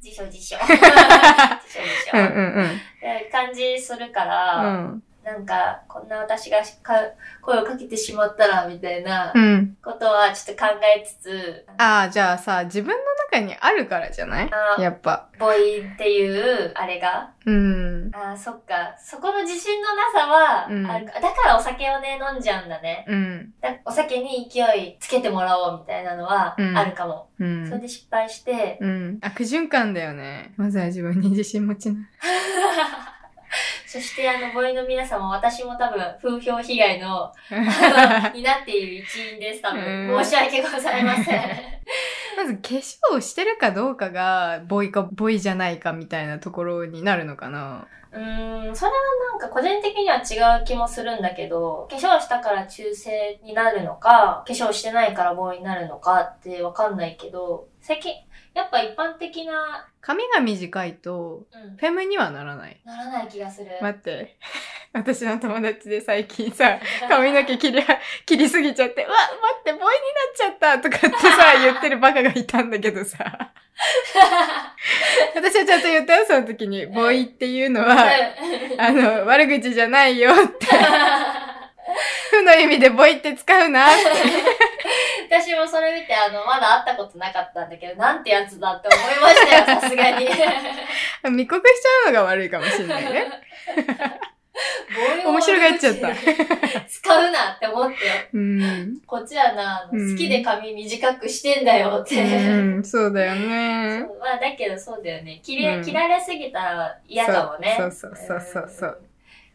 [SPEAKER 2] 辞書
[SPEAKER 1] [LAUGHS]
[SPEAKER 2] 辞書。辞書辞書。
[SPEAKER 1] うんうんうん。
[SPEAKER 2] えー感じするか
[SPEAKER 1] う
[SPEAKER 2] ら、
[SPEAKER 1] ん。
[SPEAKER 2] なんか、こんな私がしか声をかけてしまったら、みたいな
[SPEAKER 1] うん。
[SPEAKER 2] ことはちょっと考えつつ、
[SPEAKER 1] ああ、じゃあさ、自分の中にあるからじゃない
[SPEAKER 2] あー
[SPEAKER 1] やっぱ。
[SPEAKER 2] ボイっていう、あれが。
[SPEAKER 1] うん。
[SPEAKER 2] あーそっか。そこの自信のなさは、
[SPEAKER 1] うん
[SPEAKER 2] あるかだからお酒をね、飲んじゃうんだね。
[SPEAKER 1] うん。
[SPEAKER 2] だお酒に勢いつけてもらおうみたいなのは、
[SPEAKER 1] うん
[SPEAKER 2] あるかも。
[SPEAKER 1] う
[SPEAKER 2] それ
[SPEAKER 1] ん。
[SPEAKER 2] で失敗
[SPEAKER 1] [LAUGHS]
[SPEAKER 2] して、
[SPEAKER 1] うん。悪循環だよね。まずは自分に自信持ち [LAUGHS] な。
[SPEAKER 2] そしてあの、ボイの皆様、私も多分、風評被害
[SPEAKER 1] [LAUGHS]
[SPEAKER 2] の、になっている一員です、多
[SPEAKER 1] う
[SPEAKER 2] 分。
[SPEAKER 1] ん
[SPEAKER 2] 申し訳ござい
[SPEAKER 1] [LAUGHS]
[SPEAKER 2] ません。
[SPEAKER 1] まず化粧をしてるかどうかが、ボイかボイじゃないかみたいなところになるのかな。
[SPEAKER 2] うーん、それはなんか個人的には違う気もするんだけど、化粧したから中性になるのか、化粧してないからボーイになるのかってわかんないけど、最近、やっぱ一般的な、
[SPEAKER 1] 髪が短いと、
[SPEAKER 2] うん、
[SPEAKER 1] フェムにはならない。
[SPEAKER 2] ならない気がする。
[SPEAKER 1] 待って。 [LAUGHS] 私の友達で最近 [LAUGHS] さ、髪の毛切りは、切りすぎちゃって、うわ、待って、ボイになっちゃったとかって [LAUGHS] さ、言ってるバカがいたんだけどさ。 [LAUGHS] 私はちゃんと言ったよ、その時に。ボイっていうのは、 [LAUGHS] あの、悪口じゃないよ [LAUGHS] って、負の意味でボイって使 [LAUGHS] うなって。
[SPEAKER 2] 私もそれ見て、あの、まだ会ったことなかったんだけど、なんてやつだって思いました
[SPEAKER 1] [LAUGHS]
[SPEAKER 2] よ、さすがに。
[SPEAKER 1] 密告しちゃうのが悪いかもしんないね。面白がっちゃった。
[SPEAKER 2] [LAUGHS] 使うなって思ってよ。
[SPEAKER 1] うん。
[SPEAKER 2] こっちはな、あの
[SPEAKER 1] うん
[SPEAKER 2] 好きで髪短くしてんだよって。
[SPEAKER 1] うん、そうだよ
[SPEAKER 2] そ
[SPEAKER 1] ね。
[SPEAKER 2] う [LAUGHS] まあだけどそうだよね。切れ、
[SPEAKER 1] うん
[SPEAKER 2] 切られすぎたら嫌かもね。。
[SPEAKER 1] そうそうそうそうそうん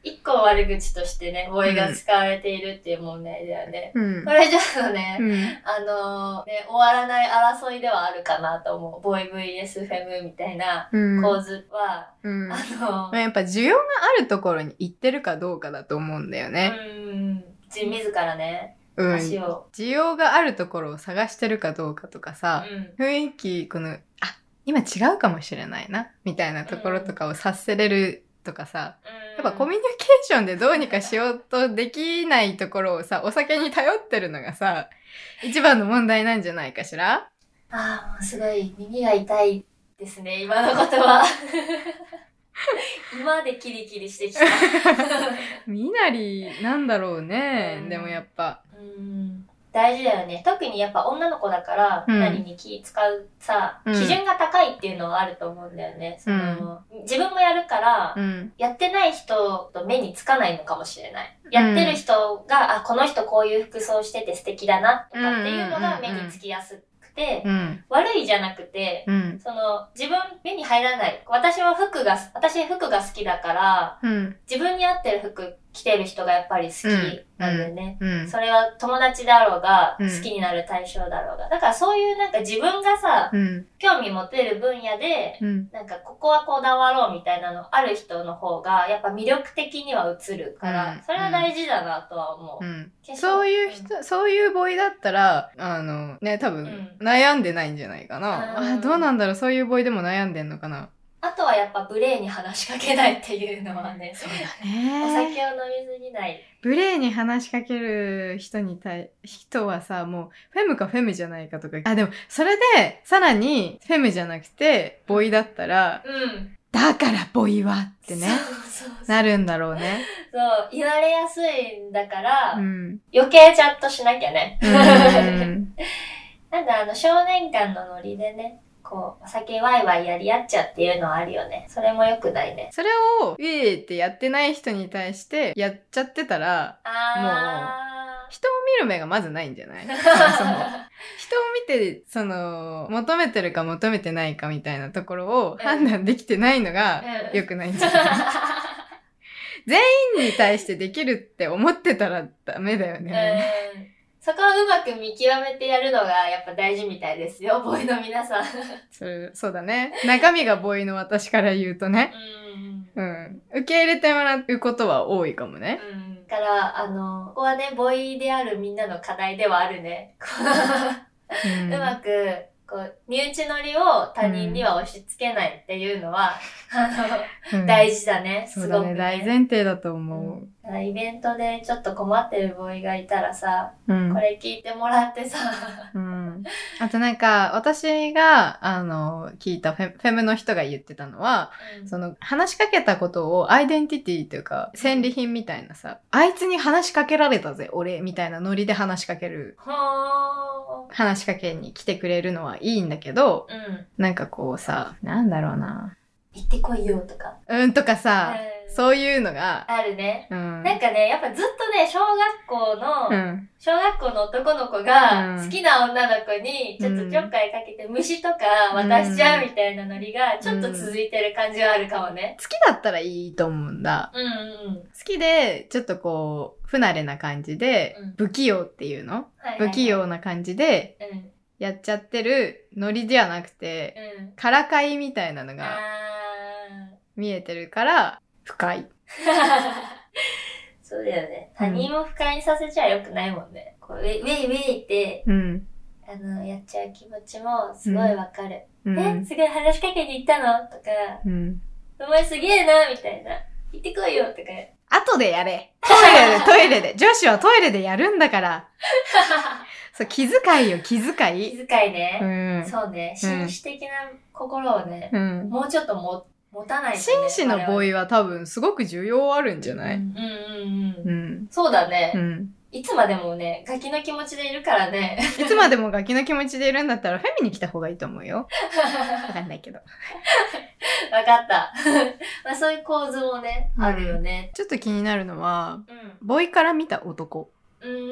[SPEAKER 2] 一個悪口としてね、ボーイが使われているっていう問題だよね。
[SPEAKER 1] うん
[SPEAKER 2] こ。れちょっとね、
[SPEAKER 1] うん。
[SPEAKER 2] あのーね、終わらない争いではあるかなと思う。ボーイ VS フェムみたいな
[SPEAKER 1] うん。
[SPEAKER 2] 構図は、
[SPEAKER 1] うん
[SPEAKER 2] あ
[SPEAKER 1] ま
[SPEAKER 2] の
[SPEAKER 1] あ、やっぱ需要があるところに行ってるかどうかだと思うんだよね。
[SPEAKER 2] ー、うん、自自らね、
[SPEAKER 1] うん。
[SPEAKER 2] 足
[SPEAKER 1] 需
[SPEAKER 2] を。
[SPEAKER 1] 要があるところを探してるかどうかとか
[SPEAKER 2] う
[SPEAKER 1] さ、
[SPEAKER 2] ん。
[SPEAKER 1] 雰囲気、この、あ、今違うかもしれないな、みたいなところとかを察せれるとかさ、やっぱコミュニケーションでどうにかしようとできないところをさ、お酒に頼ってるのがさ、一番の問題なんじゃないかしら
[SPEAKER 2] ああ、もうすごい耳が痛いですね、今のことは。 [LAUGHS] 今までキリキリし
[SPEAKER 1] [LAUGHS]
[SPEAKER 2] てきた。
[SPEAKER 1] みなりなんだろうね。
[SPEAKER 2] うん
[SPEAKER 1] でもやっぱ。
[SPEAKER 2] うん大事だよね。特にやっぱ女の子だから、
[SPEAKER 1] うん
[SPEAKER 2] みなりに気使うさ、
[SPEAKER 1] うん
[SPEAKER 2] 基準が高いっていうのはあると思うんだよね。その自分もやるから、
[SPEAKER 1] うん。
[SPEAKER 2] やってない人と目につかないのかもしれない。やってる人が、あ、この人こういう服装してて素敵だな、とかっていうのが目につきやすくて、
[SPEAKER 1] うん。
[SPEAKER 2] 悪いじゃなくて、
[SPEAKER 1] うん。
[SPEAKER 2] その、自分、目に入らない。私は服が、私服が好きだから、
[SPEAKER 1] うん。
[SPEAKER 2] 自分に合ってる服着てる人がやっぱり好きなんだよね。
[SPEAKER 1] うん。
[SPEAKER 2] それは友達だろうが、
[SPEAKER 1] うん
[SPEAKER 2] 好きになる対象だろうが。だからそういうなんか自分がさ、
[SPEAKER 1] うん。
[SPEAKER 2] 興味持てる分野で、
[SPEAKER 1] うん。
[SPEAKER 2] なんかここはこだわろうみたいなのある人の方が、やっぱ魅力的には映るか
[SPEAKER 1] うん
[SPEAKER 2] ら、それは大事だなとは思う。
[SPEAKER 1] うん。
[SPEAKER 2] 化粧
[SPEAKER 1] そういう、人、そういうボーイだったら、あの、ね、多
[SPEAKER 2] う
[SPEAKER 1] 分
[SPEAKER 2] ん、
[SPEAKER 1] 悩んでないんじゃないかな。
[SPEAKER 2] う
[SPEAKER 1] あ、
[SPEAKER 2] ん
[SPEAKER 1] どうなんだろう、そういうボーイでも悩んでんのかな。
[SPEAKER 2] あとはやっぱ無礼に話しかけないっていうのはね、お
[SPEAKER 1] ね
[SPEAKER 2] 酒を飲みすぎない。
[SPEAKER 1] 無礼に話しかける人に対、人はさ、もう、フェムかフェムじゃないかとか。あ、でも、それで、さらに、フェムじゃなくて、ボーイだったら、
[SPEAKER 2] うん。
[SPEAKER 1] だからボーイはってね、
[SPEAKER 2] そうそうそう。
[SPEAKER 1] なるんだろうね。
[SPEAKER 2] そう、言われやすいんだから、
[SPEAKER 1] うん。
[SPEAKER 2] 余計ちゃんとしなきゃね。
[SPEAKER 1] うん。
[SPEAKER 2] [LAUGHS] なんだ、あの、少年間のノリでね、こう、お酒ワイワイやり合っちゃうっていうのはあるよね。それも良くないね。
[SPEAKER 1] それを、ウェーってやってない人に対して、やっちゃってたら、
[SPEAKER 2] あ
[SPEAKER 1] 人を見る目がまずないんじゃ
[SPEAKER 2] [LAUGHS]
[SPEAKER 1] ないそもそも。人を見て、その、求めてるか求めてないかみたいなところを判断できてないのが
[SPEAKER 2] うん
[SPEAKER 1] 良くないんじゃない、
[SPEAKER 2] [LAUGHS]
[SPEAKER 1] [LAUGHS] 本人に対してできるって思ってたらダメだよ
[SPEAKER 2] う
[SPEAKER 1] ね。
[SPEAKER 2] ん。そこをうまく見極めてやるのがやっぱ大事みたいですよ、 [LAUGHS] ボーイの皆さん。
[SPEAKER 1] それそうだね。中身がボーイの私から言うとね。
[SPEAKER 2] う
[SPEAKER 1] う
[SPEAKER 2] ん。
[SPEAKER 1] ん。受け入れてもらうことは多いかもね。
[SPEAKER 2] うん。だから、あの、ここはね、ボーイであるみんなの課題ではあるね。
[SPEAKER 1] [LAUGHS] うん。
[SPEAKER 2] う [LAUGHS] まく、こう、身内乗りを他人には押し付けないっていうの
[SPEAKER 1] [LAUGHS]
[SPEAKER 2] は、あ
[SPEAKER 1] うん
[SPEAKER 2] の、大事だね。
[SPEAKER 1] そう
[SPEAKER 2] す
[SPEAKER 1] だ
[SPEAKER 2] ごく、
[SPEAKER 1] ね。
[SPEAKER 2] ね。
[SPEAKER 1] 大前提だと思う。
[SPEAKER 2] あのイベントでちょっと困ってるボーイがいたらさ、
[SPEAKER 1] うん
[SPEAKER 2] こ。れ聞いてもらってさ、
[SPEAKER 1] うん。あとなんか、私が、あの、聞いたフェフェムの人が言ってたのは、
[SPEAKER 2] うん
[SPEAKER 1] その、話しかけたことをアイデンティティというか、戦利品みたいなさ、あいつに話しかけられたぜ、俺、みたいなノリで話しかける。
[SPEAKER 2] [LAUGHS] ほー。
[SPEAKER 1] 話しかけに来てくれるのはいいんだけど、
[SPEAKER 2] うん。
[SPEAKER 1] なんかこうさ、なんだろうな。
[SPEAKER 2] 行ってこいよとか。
[SPEAKER 1] うんとかさ、
[SPEAKER 2] うん
[SPEAKER 1] そういうのが、
[SPEAKER 2] あるね。
[SPEAKER 1] うん。
[SPEAKER 2] なんかね、やっぱずっとね、小学校の、
[SPEAKER 1] うん。
[SPEAKER 2] 小学校の男の子
[SPEAKER 1] う
[SPEAKER 2] が
[SPEAKER 1] ん
[SPEAKER 2] 好きな女の子にちょっとちょっかいかけて虫とか渡しちゃうみたいなノリがちょっと続いてる感じはあるかもね。
[SPEAKER 1] 好きだったらいいと思うんだ。
[SPEAKER 2] うんうん。
[SPEAKER 1] 好きで、ちょっとこう、不慣れな感じで、
[SPEAKER 2] うん
[SPEAKER 1] 不器用っていうの
[SPEAKER 2] はいはいはい
[SPEAKER 1] 不器。用な感じで、
[SPEAKER 2] うんうん。
[SPEAKER 1] やっちゃってるノリではなくて、からかいみたいなのが
[SPEAKER 2] あ
[SPEAKER 1] 見えてるから、深い。
[SPEAKER 2] ー。 [LAUGHS] そうだよね。他人を不快にさせちゃ良くないもんね。こうウェイウェイウェイって、
[SPEAKER 1] うん。
[SPEAKER 2] あの、やっちゃう気持ちもすごいわかる。
[SPEAKER 1] う
[SPEAKER 2] え、
[SPEAKER 1] ん。
[SPEAKER 2] すごい話しかけて行ったのとか、
[SPEAKER 1] うん。
[SPEAKER 2] お前すげえなみたいな。行ってこいよとか。
[SPEAKER 1] 後でやれ。トイレで、トイレで。女子はトイレでやるんだから。そう、気遣いよ、気遣
[SPEAKER 2] 気
[SPEAKER 1] い。
[SPEAKER 2] 遣いね
[SPEAKER 1] う。ん。
[SPEAKER 2] そうね。
[SPEAKER 1] うん
[SPEAKER 2] 紳士的な心をね、
[SPEAKER 1] うん。
[SPEAKER 2] もうちょっとも持たないと、ね。
[SPEAKER 1] 紳士のボー
[SPEAKER 2] イ
[SPEAKER 1] イは多分すごく需要あるんじゃな
[SPEAKER 2] う
[SPEAKER 1] い
[SPEAKER 2] んうんうん。
[SPEAKER 1] うん。
[SPEAKER 2] そうだね、
[SPEAKER 1] うん。
[SPEAKER 2] いつまでもね、ガキの気持ちでいるからね。 [LAUGHS]
[SPEAKER 1] いつまでもガキの気持ちでいるんだったらフェミに来た方がいいと思うよ。わかんないけど。
[SPEAKER 2] わかった。 [LAUGHS] まあそういう構図もね、
[SPEAKER 1] うん
[SPEAKER 2] あるよね。
[SPEAKER 1] ちょっと気になるのは、
[SPEAKER 2] うん。
[SPEAKER 1] ボーイから見た男。
[SPEAKER 2] うんうんうん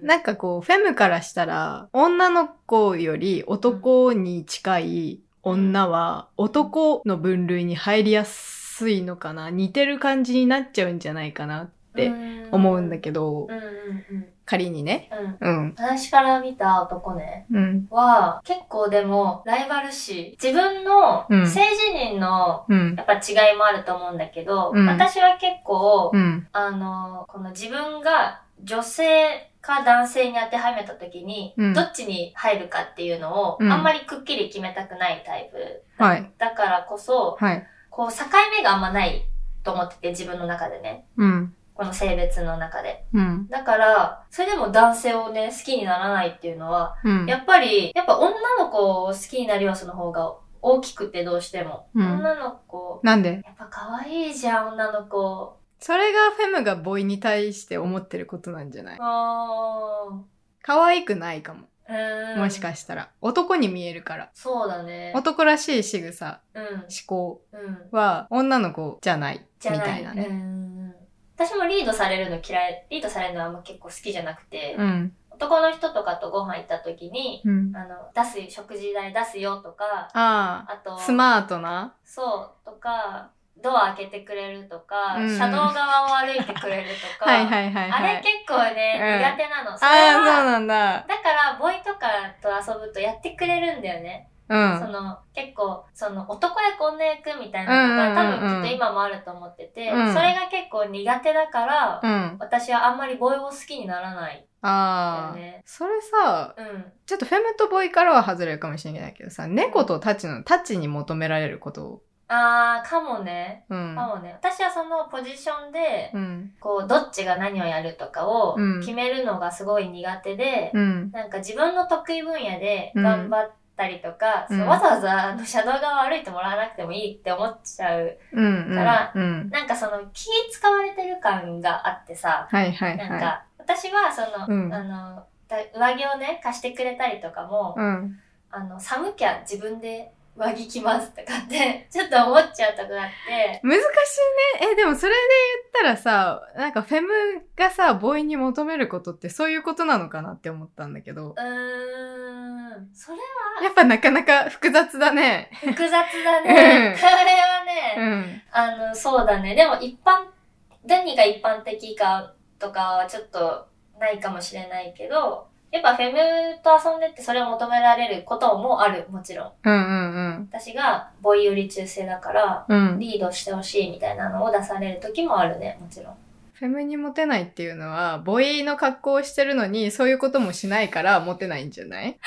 [SPEAKER 2] うん。
[SPEAKER 1] なんかこう、フェムからしたら、女の子より男に近い女は、男の分類に入りやすいのかな似てる感じになっちゃうんじゃないかなって思うんだ
[SPEAKER 2] け
[SPEAKER 1] けど、
[SPEAKER 2] うんうんうん。
[SPEAKER 1] 仮にね。
[SPEAKER 2] うん。
[SPEAKER 1] うん。
[SPEAKER 2] 私から見た男ね。
[SPEAKER 1] うん。
[SPEAKER 2] は、結構でも、ライバル視。自分の、
[SPEAKER 1] うん
[SPEAKER 2] 性自認の、
[SPEAKER 1] うん。
[SPEAKER 2] やっぱ違いもあると思うんだけど、
[SPEAKER 1] うん
[SPEAKER 2] 私は結構、
[SPEAKER 1] うん。
[SPEAKER 2] あの、この自分が女性か男性に当てはめた時に、
[SPEAKER 1] うん
[SPEAKER 2] どっちに入るかっていうのを、
[SPEAKER 1] うん
[SPEAKER 2] あんまりくっきり決めたくないタイプ。
[SPEAKER 1] はい。
[SPEAKER 2] だからこそ、
[SPEAKER 1] はい。
[SPEAKER 2] こう境目があんまないと思ってて、自分の中でね。
[SPEAKER 1] うん。
[SPEAKER 2] この性別の中で。
[SPEAKER 1] うん。
[SPEAKER 2] だから、それでも男性をね、好きにならないっていうのは、
[SPEAKER 1] うん。
[SPEAKER 2] やっぱり、やっぱ女の子を好きになる要素の方が大きくてどうしても。
[SPEAKER 1] うん
[SPEAKER 2] 女の子
[SPEAKER 1] なんで
[SPEAKER 2] やっぱ可愛いじゃん、女の子。
[SPEAKER 1] それがフェムがボーイに対して思ってることなんじゃない
[SPEAKER 2] あ
[SPEAKER 1] 可愛くないかも。
[SPEAKER 2] ー。うん。
[SPEAKER 1] もしかしたら。男に見えるから。
[SPEAKER 2] そうだね。
[SPEAKER 1] 男らしい仕草、
[SPEAKER 2] うん。
[SPEAKER 1] 思考
[SPEAKER 2] うん。
[SPEAKER 1] は女の子じゃない。
[SPEAKER 2] じゃ
[SPEAKER 1] み
[SPEAKER 2] ない。
[SPEAKER 1] たいな
[SPEAKER 2] う
[SPEAKER 1] ね。
[SPEAKER 2] ん。私もリードされるの嫌い、リードされるのはあんま結構好きじゃなくて、
[SPEAKER 1] うん。
[SPEAKER 2] 男の人とかとご飯行った時に、
[SPEAKER 1] うん。
[SPEAKER 2] あの、出す、食事代出すよとか、
[SPEAKER 1] あ
[SPEAKER 2] あと
[SPEAKER 1] あ、、スマートな。
[SPEAKER 2] そう、とか、ドア開けてくれるとか、
[SPEAKER 1] うん
[SPEAKER 2] 車道側を歩いてくれるとか、
[SPEAKER 1] [LAUGHS] はいはいはいはい。
[SPEAKER 2] あれ結構ね、
[SPEAKER 1] うん
[SPEAKER 2] 苦手なの。それ
[SPEAKER 1] ああ、そう
[SPEAKER 2] は
[SPEAKER 1] なんだ。
[SPEAKER 2] だから、ボーイとかと遊ぶとやってくれるんだよね。
[SPEAKER 1] う
[SPEAKER 2] そ
[SPEAKER 1] ん。
[SPEAKER 2] の、結構、その、男役女役みたいなのが、
[SPEAKER 1] うんうんうんうん
[SPEAKER 2] 多分きっと今もあると思ってて、
[SPEAKER 1] うん
[SPEAKER 2] それが結構苦手だから、
[SPEAKER 1] うん。
[SPEAKER 2] 私はあんまりボーイを好きにならない。
[SPEAKER 1] ああ、
[SPEAKER 2] だよね
[SPEAKER 1] それさ、
[SPEAKER 2] うん。
[SPEAKER 1] ちょっとフェムとボーイからは外れるかもしれないけどさ、猫とタチの、タチに求められることを。
[SPEAKER 2] あー、かもね。
[SPEAKER 1] うん。
[SPEAKER 2] かもね。私はそのポジションで、
[SPEAKER 1] うん。
[SPEAKER 2] こう、どっちが何をやるとかを
[SPEAKER 1] うん
[SPEAKER 2] 決めるのがすごい苦手で、
[SPEAKER 1] うん。
[SPEAKER 2] なんか自分の得意分野で
[SPEAKER 1] うん
[SPEAKER 2] 頑張ったりとか、
[SPEAKER 1] うん
[SPEAKER 2] そうわざわざあの車道側を歩いてもらわなくてもいいって思っちゃう。
[SPEAKER 1] うん。うん。
[SPEAKER 2] から
[SPEAKER 1] うん。
[SPEAKER 2] なんかその気使われてる感があってさ、
[SPEAKER 1] はいはい
[SPEAKER 2] なん
[SPEAKER 1] は
[SPEAKER 2] か、私はその、
[SPEAKER 1] うん
[SPEAKER 2] あの、だ上着をね、貸してくれたりとかも、
[SPEAKER 1] い。うん。
[SPEAKER 2] あの、寒きゃ自分で上着着ますとかって、 [LAUGHS] ちょっと思っちゃうとこがあって、
[SPEAKER 1] 難しいね。え、でもそれで言ったらさ、なんかフェムがさ、ボーイに求めることってそういうことなのかなって思ったんだけど。
[SPEAKER 2] うーん、それ
[SPEAKER 1] やっぱなかなか複雑だね。
[SPEAKER 2] 複雑だ
[SPEAKER 1] うん
[SPEAKER 2] ね。 [LAUGHS] こ
[SPEAKER 1] う
[SPEAKER 2] れはね、
[SPEAKER 1] ん。
[SPEAKER 2] あの、そうだね。でも一般、何が一般的かとかはちょっとないかもしれないけど、やっぱフェムと遊んでってそれを求められることもある、もちろん。
[SPEAKER 1] うんうん
[SPEAKER 2] 私がボイより中性だから、
[SPEAKER 1] うん。うん。
[SPEAKER 2] リードしてほしいみたいなのを出される時もあるね、もちろん。 [LAUGHS]
[SPEAKER 1] フェムにモテないっていうのは、ボーイの格好をしてるのに、そういうこともしないからモテないんじゃない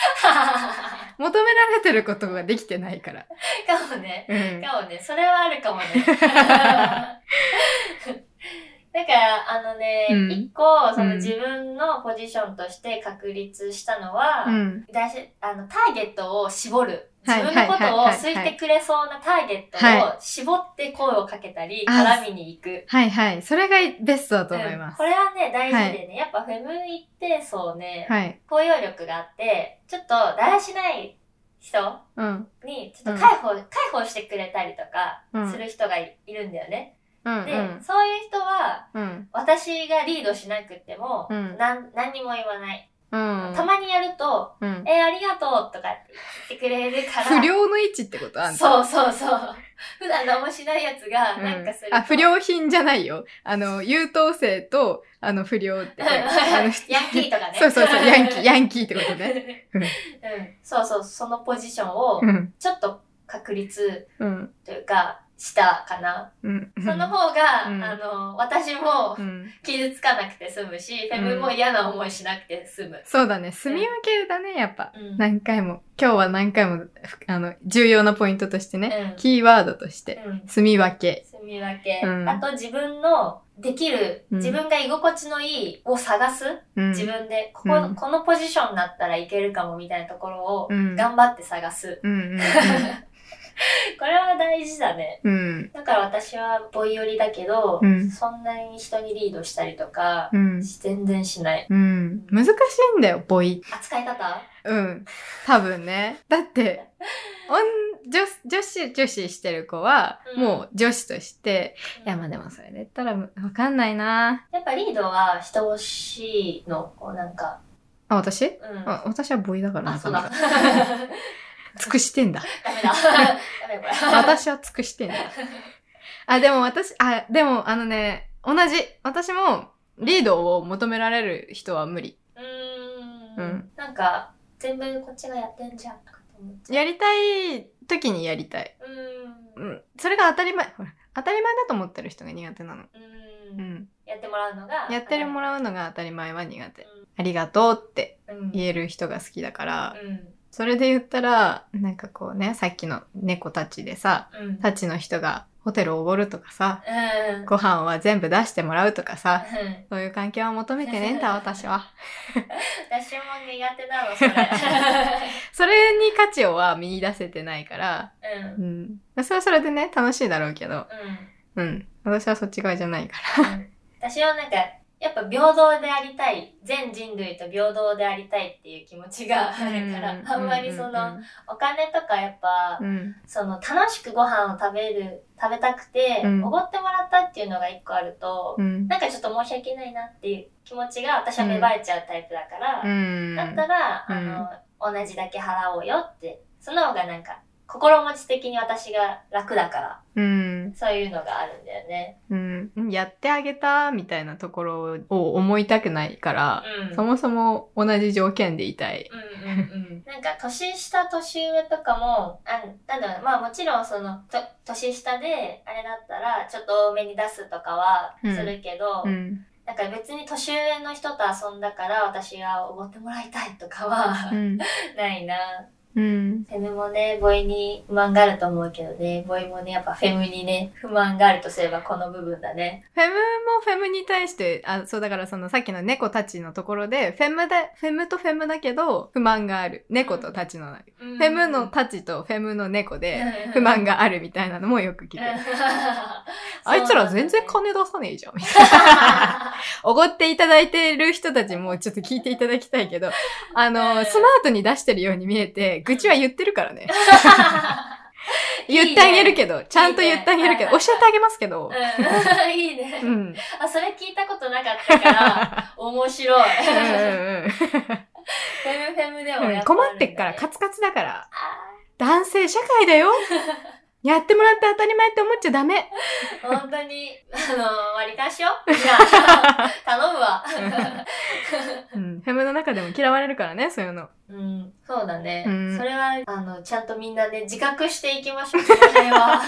[SPEAKER 1] 求められてることができてないから。
[SPEAKER 2] かもね。
[SPEAKER 1] うん。
[SPEAKER 2] かもね。それはあるかもね。 [LAUGHS] だから、あのね、
[SPEAKER 1] うん
[SPEAKER 2] 一個、そ
[SPEAKER 1] うん
[SPEAKER 2] の自分のポジションとして確立したのは、
[SPEAKER 1] うん。
[SPEAKER 2] 大事あの、ターゲットを絞る。
[SPEAKER 1] は
[SPEAKER 2] 自
[SPEAKER 1] い
[SPEAKER 2] 分のこと
[SPEAKER 1] は
[SPEAKER 2] を
[SPEAKER 1] いはいはい
[SPEAKER 2] 好いてくれそうなターゲットを絞って声をかけたり、
[SPEAKER 1] あ
[SPEAKER 2] 絡みに行く。
[SPEAKER 1] はいはい。それがベストだと
[SPEAKER 2] うん
[SPEAKER 1] 思います。
[SPEAKER 2] これはね、大事でね、やっぱフェム一定層ね、
[SPEAKER 1] はい。
[SPEAKER 2] 包容力があって、ちょっとだらしない人
[SPEAKER 1] うん。
[SPEAKER 2] に、ちょっと介抱、介抱してくれたりとか
[SPEAKER 1] うん。
[SPEAKER 2] する人がいいるんだよね。
[SPEAKER 1] うん。
[SPEAKER 2] で、そういう人は、
[SPEAKER 1] うん。
[SPEAKER 2] 私がリードしなくても、
[SPEAKER 1] うん
[SPEAKER 2] なん、何にも言わない。
[SPEAKER 1] うん。
[SPEAKER 2] たまにやると、
[SPEAKER 1] うん。
[SPEAKER 2] えーありがとうとかって言ってくれるから。
[SPEAKER 1] 不良の位置ってことあんた
[SPEAKER 2] そうそうそう。普段何もしないやつが、
[SPEAKER 1] うん
[SPEAKER 2] なんかすると、
[SPEAKER 1] あ、不
[SPEAKER 2] [LAUGHS]
[SPEAKER 1] 良品じゃないよ。あの、優等生と、あの、不良って。あの
[SPEAKER 2] ヤンキーとかね
[SPEAKER 1] そうそうそう、ヤンキ
[SPEAKER 2] [LAUGHS]
[SPEAKER 1] ー、ヤンキーってことね。
[SPEAKER 2] うんそうそう、そのポジションを
[SPEAKER 1] うん。
[SPEAKER 2] ちょっと確立
[SPEAKER 1] うん。
[SPEAKER 2] というか、したかな。
[SPEAKER 1] うん。
[SPEAKER 2] その方が、
[SPEAKER 1] うん
[SPEAKER 2] あの、私も
[SPEAKER 1] うん。
[SPEAKER 2] 傷つかなくて済むし、フェムも嫌な思いしなくて済む。
[SPEAKER 1] そうだね。住み分けだね、やっぱ。
[SPEAKER 2] うん。
[SPEAKER 1] 何回も。今日は何回も、ふあの、重要なポイントとしてね。
[SPEAKER 2] うん
[SPEAKER 1] キーワードとして。
[SPEAKER 2] うん
[SPEAKER 1] 住み分け。
[SPEAKER 2] 住み分け、
[SPEAKER 1] うん
[SPEAKER 2] あと自分のできる、
[SPEAKER 1] うん
[SPEAKER 2] 自分が居心地のいいを探す、
[SPEAKER 1] うん。
[SPEAKER 2] 自分でここ、
[SPEAKER 1] うん
[SPEAKER 2] このポジションだったらいけるかもみたいなところを
[SPEAKER 1] うん
[SPEAKER 2] 頑張って探す、
[SPEAKER 1] うんうん
[SPEAKER 2] これは大事だね
[SPEAKER 1] うん。うん。
[SPEAKER 2] だから私はボイ寄りだけど、
[SPEAKER 1] うん
[SPEAKER 2] そんなに人にリードしたりとか、
[SPEAKER 1] うん。
[SPEAKER 2] 全然しない
[SPEAKER 1] うん。難しいんだよ、ボイ
[SPEAKER 2] 扱い方
[SPEAKER 1] うん。多分ね。だって、おん女女子、女子してる子は、
[SPEAKER 2] うん
[SPEAKER 1] もう女子として、いや、まあ
[SPEAKER 2] や
[SPEAKER 1] でもそれで言ったらわかんないな
[SPEAKER 2] っぱリードは人欲しいのこうなんか
[SPEAKER 1] あ、私
[SPEAKER 2] うん
[SPEAKER 1] あ、
[SPEAKER 2] あ
[SPEAKER 1] 私はボーイだから
[SPEAKER 2] そうだ [LAUGHS]
[SPEAKER 1] な
[SPEAKER 2] ダ
[SPEAKER 1] んか
[SPEAKER 2] メ
[SPEAKER 1] 尽くしてんだ。
[SPEAKER 2] だ [LAUGHS] ダメこ [LAUGHS] れ
[SPEAKER 1] 私は尽くしてんだ。あ、でも私、あ、でもあのね、同じ。私も、リードを求められる人は無理。
[SPEAKER 2] う
[SPEAKER 1] う
[SPEAKER 2] ーん、
[SPEAKER 1] ん
[SPEAKER 2] なんか全部こっちがやってんじゃんとかと思っちゃ
[SPEAKER 1] やりたい時にやりたい。
[SPEAKER 2] うう
[SPEAKER 1] うん。それが当たり前。ほら当たり前だと思ってる人が苦手なの。
[SPEAKER 2] ーんう
[SPEAKER 1] う
[SPEAKER 2] ーん
[SPEAKER 1] ん。
[SPEAKER 2] やってもらうのが
[SPEAKER 1] やってるも
[SPEAKER 2] ら
[SPEAKER 1] らうのが当たり前は苦手
[SPEAKER 2] うん。
[SPEAKER 1] ありがとうって
[SPEAKER 2] う、うん、
[SPEAKER 1] 言える人が好きだから、
[SPEAKER 2] うん
[SPEAKER 1] それで言ったら、なんかこうね、さっきの猫たちでさ、
[SPEAKER 2] うんうん
[SPEAKER 1] たちの人がホテルをおごるとかさ、
[SPEAKER 2] うん
[SPEAKER 1] ご飯は全部出してもらうとかさ、そういう環境は求めて
[SPEAKER 2] [LAUGHS]
[SPEAKER 1] ねんだ、私は。
[SPEAKER 2] 私も苦手なのそれ
[SPEAKER 1] それに価値をは見出せてないから、
[SPEAKER 2] うんう
[SPEAKER 1] うんん。それはそれでね、楽しいだろうけど、うん。私はそっち側じゃないから。
[SPEAKER 2] うん私はなんかやっぱ平等でありたい全人類と平等でありたいっていう気持ちがあるから、あんまりその、、お金とかやっぱ、
[SPEAKER 1] うん。
[SPEAKER 2] その楽しくご飯を食べる食べたくておご、
[SPEAKER 1] うん
[SPEAKER 2] 奢ってもらったっていうのが一個あると、
[SPEAKER 1] うん。
[SPEAKER 2] なんかちょっと申し訳ないなっていう気持ちが私は芽生えちゃうタイプだから、
[SPEAKER 1] うん。
[SPEAKER 2] だったら、あの、同じだけ払おうよって、その方がなんか、心持ち的に私が楽だから、
[SPEAKER 1] うん。
[SPEAKER 2] そういうのがあるんだよね。
[SPEAKER 1] うん、やってあげたみたいなところを思いたくないから、
[SPEAKER 2] うん。
[SPEAKER 1] そもそも同じ条件でいたい。
[SPEAKER 2] うんうん
[SPEAKER 1] [LAUGHS]
[SPEAKER 2] うん。なんか、年下、年上とかも、あなんだろう、まあもちろんその、と年下で、あれだったら、ちょっと多めに出すとかはす
[SPEAKER 1] うん
[SPEAKER 2] るけど、
[SPEAKER 1] うん。
[SPEAKER 2] なんか別に年上の人と遊んだから、私がおごってもらいたいとかは、
[SPEAKER 1] うん。
[SPEAKER 2] [LAUGHS] ないな。
[SPEAKER 1] うん。
[SPEAKER 2] フェムもね、ボイに不満があると思うけどね、ボイもね、やっぱフェムにね、不満があるとすればこの部分だね。
[SPEAKER 1] フェムもフェムに対して、あ、そうだからそのさっきの猫たちのところで、フェムだ、フェムとフェムだけど、不満がある。猫とたちの、
[SPEAKER 2] フ
[SPEAKER 1] フェムのたちとフェムの猫で、不満があるみたいなのもよく聞く。あいつら全然金出さねえじゃん。みたいなおごっていただいてる人たちもちょっと聞いていただきたいけど、あの、スマートに出してるように見えて、愚痴は言ってるからね。言ってあげるけど、ちゃんと言ってあげるけど、
[SPEAKER 2] いいね
[SPEAKER 1] 教えてあげますけど、
[SPEAKER 2] ど。うん [LAUGHS] いいね
[SPEAKER 1] う。ん。
[SPEAKER 2] あ、それ聞いたことなかったから、
[SPEAKER 1] [LAUGHS]
[SPEAKER 2] 面白い。
[SPEAKER 1] うんうん
[SPEAKER 2] フェムフェムでも
[SPEAKER 1] [LAUGHS] うんう
[SPEAKER 2] や
[SPEAKER 1] ん
[SPEAKER 2] ぱあ
[SPEAKER 1] 困
[SPEAKER 2] る
[SPEAKER 1] っ
[SPEAKER 2] んだね
[SPEAKER 1] てっから、カツカツだから、
[SPEAKER 2] あ
[SPEAKER 1] 男性社会
[SPEAKER 2] [LAUGHS]
[SPEAKER 1] だよ。やってもらって当たり前って思っちゃダメ。
[SPEAKER 2] ー本当に、あの割り勘しよう。じゃ
[SPEAKER 1] [LAUGHS]
[SPEAKER 2] あ、頼むわ。
[SPEAKER 1] うん。フェムの中でも嫌われるからね、そういうの。
[SPEAKER 2] うん、そうだね。
[SPEAKER 1] うん
[SPEAKER 2] それは、あの、ちゃんとみんなね、自覚していきましょう、
[SPEAKER 1] [LAUGHS]
[SPEAKER 2] その辺は。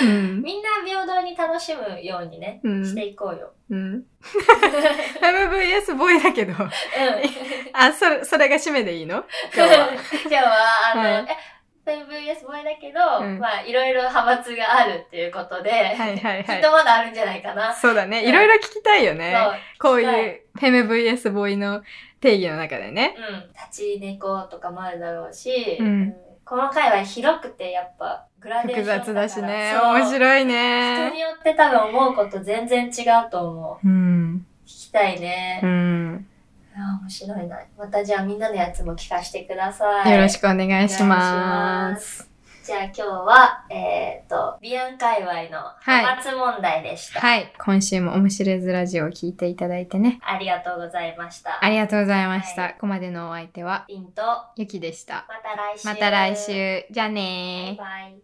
[SPEAKER 1] うん。
[SPEAKER 2] みんな平等に楽しむようにね、
[SPEAKER 1] うん。
[SPEAKER 2] していこうよ。 [LAUGHS]
[SPEAKER 1] うん。フェム VS ボーイだけど。
[SPEAKER 2] うん。
[SPEAKER 1] あ、それ、それが締めでいいの今日は。
[SPEAKER 2] [LAUGHS] 今日は、あの、
[SPEAKER 1] うん
[SPEAKER 2] え、VVS ボーイだけど、
[SPEAKER 1] うん
[SPEAKER 2] まあ、いろいろ派閥があるっていうことで、
[SPEAKER 1] はいはい
[SPEAKER 2] き
[SPEAKER 1] は
[SPEAKER 2] っ
[SPEAKER 1] い
[SPEAKER 2] と。まだあるんじゃないかな。
[SPEAKER 1] そうだね。いろいろ聞きたいよ
[SPEAKER 2] そ
[SPEAKER 1] ね。
[SPEAKER 2] う。
[SPEAKER 1] こうい
[SPEAKER 2] は
[SPEAKER 1] う、フェム VS ボーイの定義の中でね。
[SPEAKER 2] うん。立ち猫とかもあるだろうし、
[SPEAKER 1] うん
[SPEAKER 2] この界隈広くて、やっぱ、グラデーショ
[SPEAKER 1] 複
[SPEAKER 2] ンだから。
[SPEAKER 1] 雑だしね。
[SPEAKER 2] そう
[SPEAKER 1] 面白い
[SPEAKER 2] 人に
[SPEAKER 1] ね。
[SPEAKER 2] よって多分思うこと全然違うと思
[SPEAKER 1] う
[SPEAKER 2] う。
[SPEAKER 1] ん。
[SPEAKER 2] 聞きたいね
[SPEAKER 1] う。ん。
[SPEAKER 2] ああ、面白いな。またじゃあみんなのやつも聞かせてください。
[SPEAKER 1] よろし
[SPEAKER 2] く
[SPEAKER 1] くお願いし
[SPEAKER 2] お願いし
[SPEAKER 1] ま。
[SPEAKER 2] ますじゃあ今日は、えっ、と、ビアン界隈の
[SPEAKER 1] はい
[SPEAKER 2] 派閥問題でした。
[SPEAKER 1] はい。今週も面白いずラジオを聞いていただいてね。
[SPEAKER 2] ありがとうございました。
[SPEAKER 1] ありがとうございました。
[SPEAKER 2] はい
[SPEAKER 1] ここまでのお相手は、
[SPEAKER 2] りンと、ま
[SPEAKER 1] ゆきでした。
[SPEAKER 2] た来週。
[SPEAKER 1] また来。週。じゃあねー。
[SPEAKER 2] バイバイ。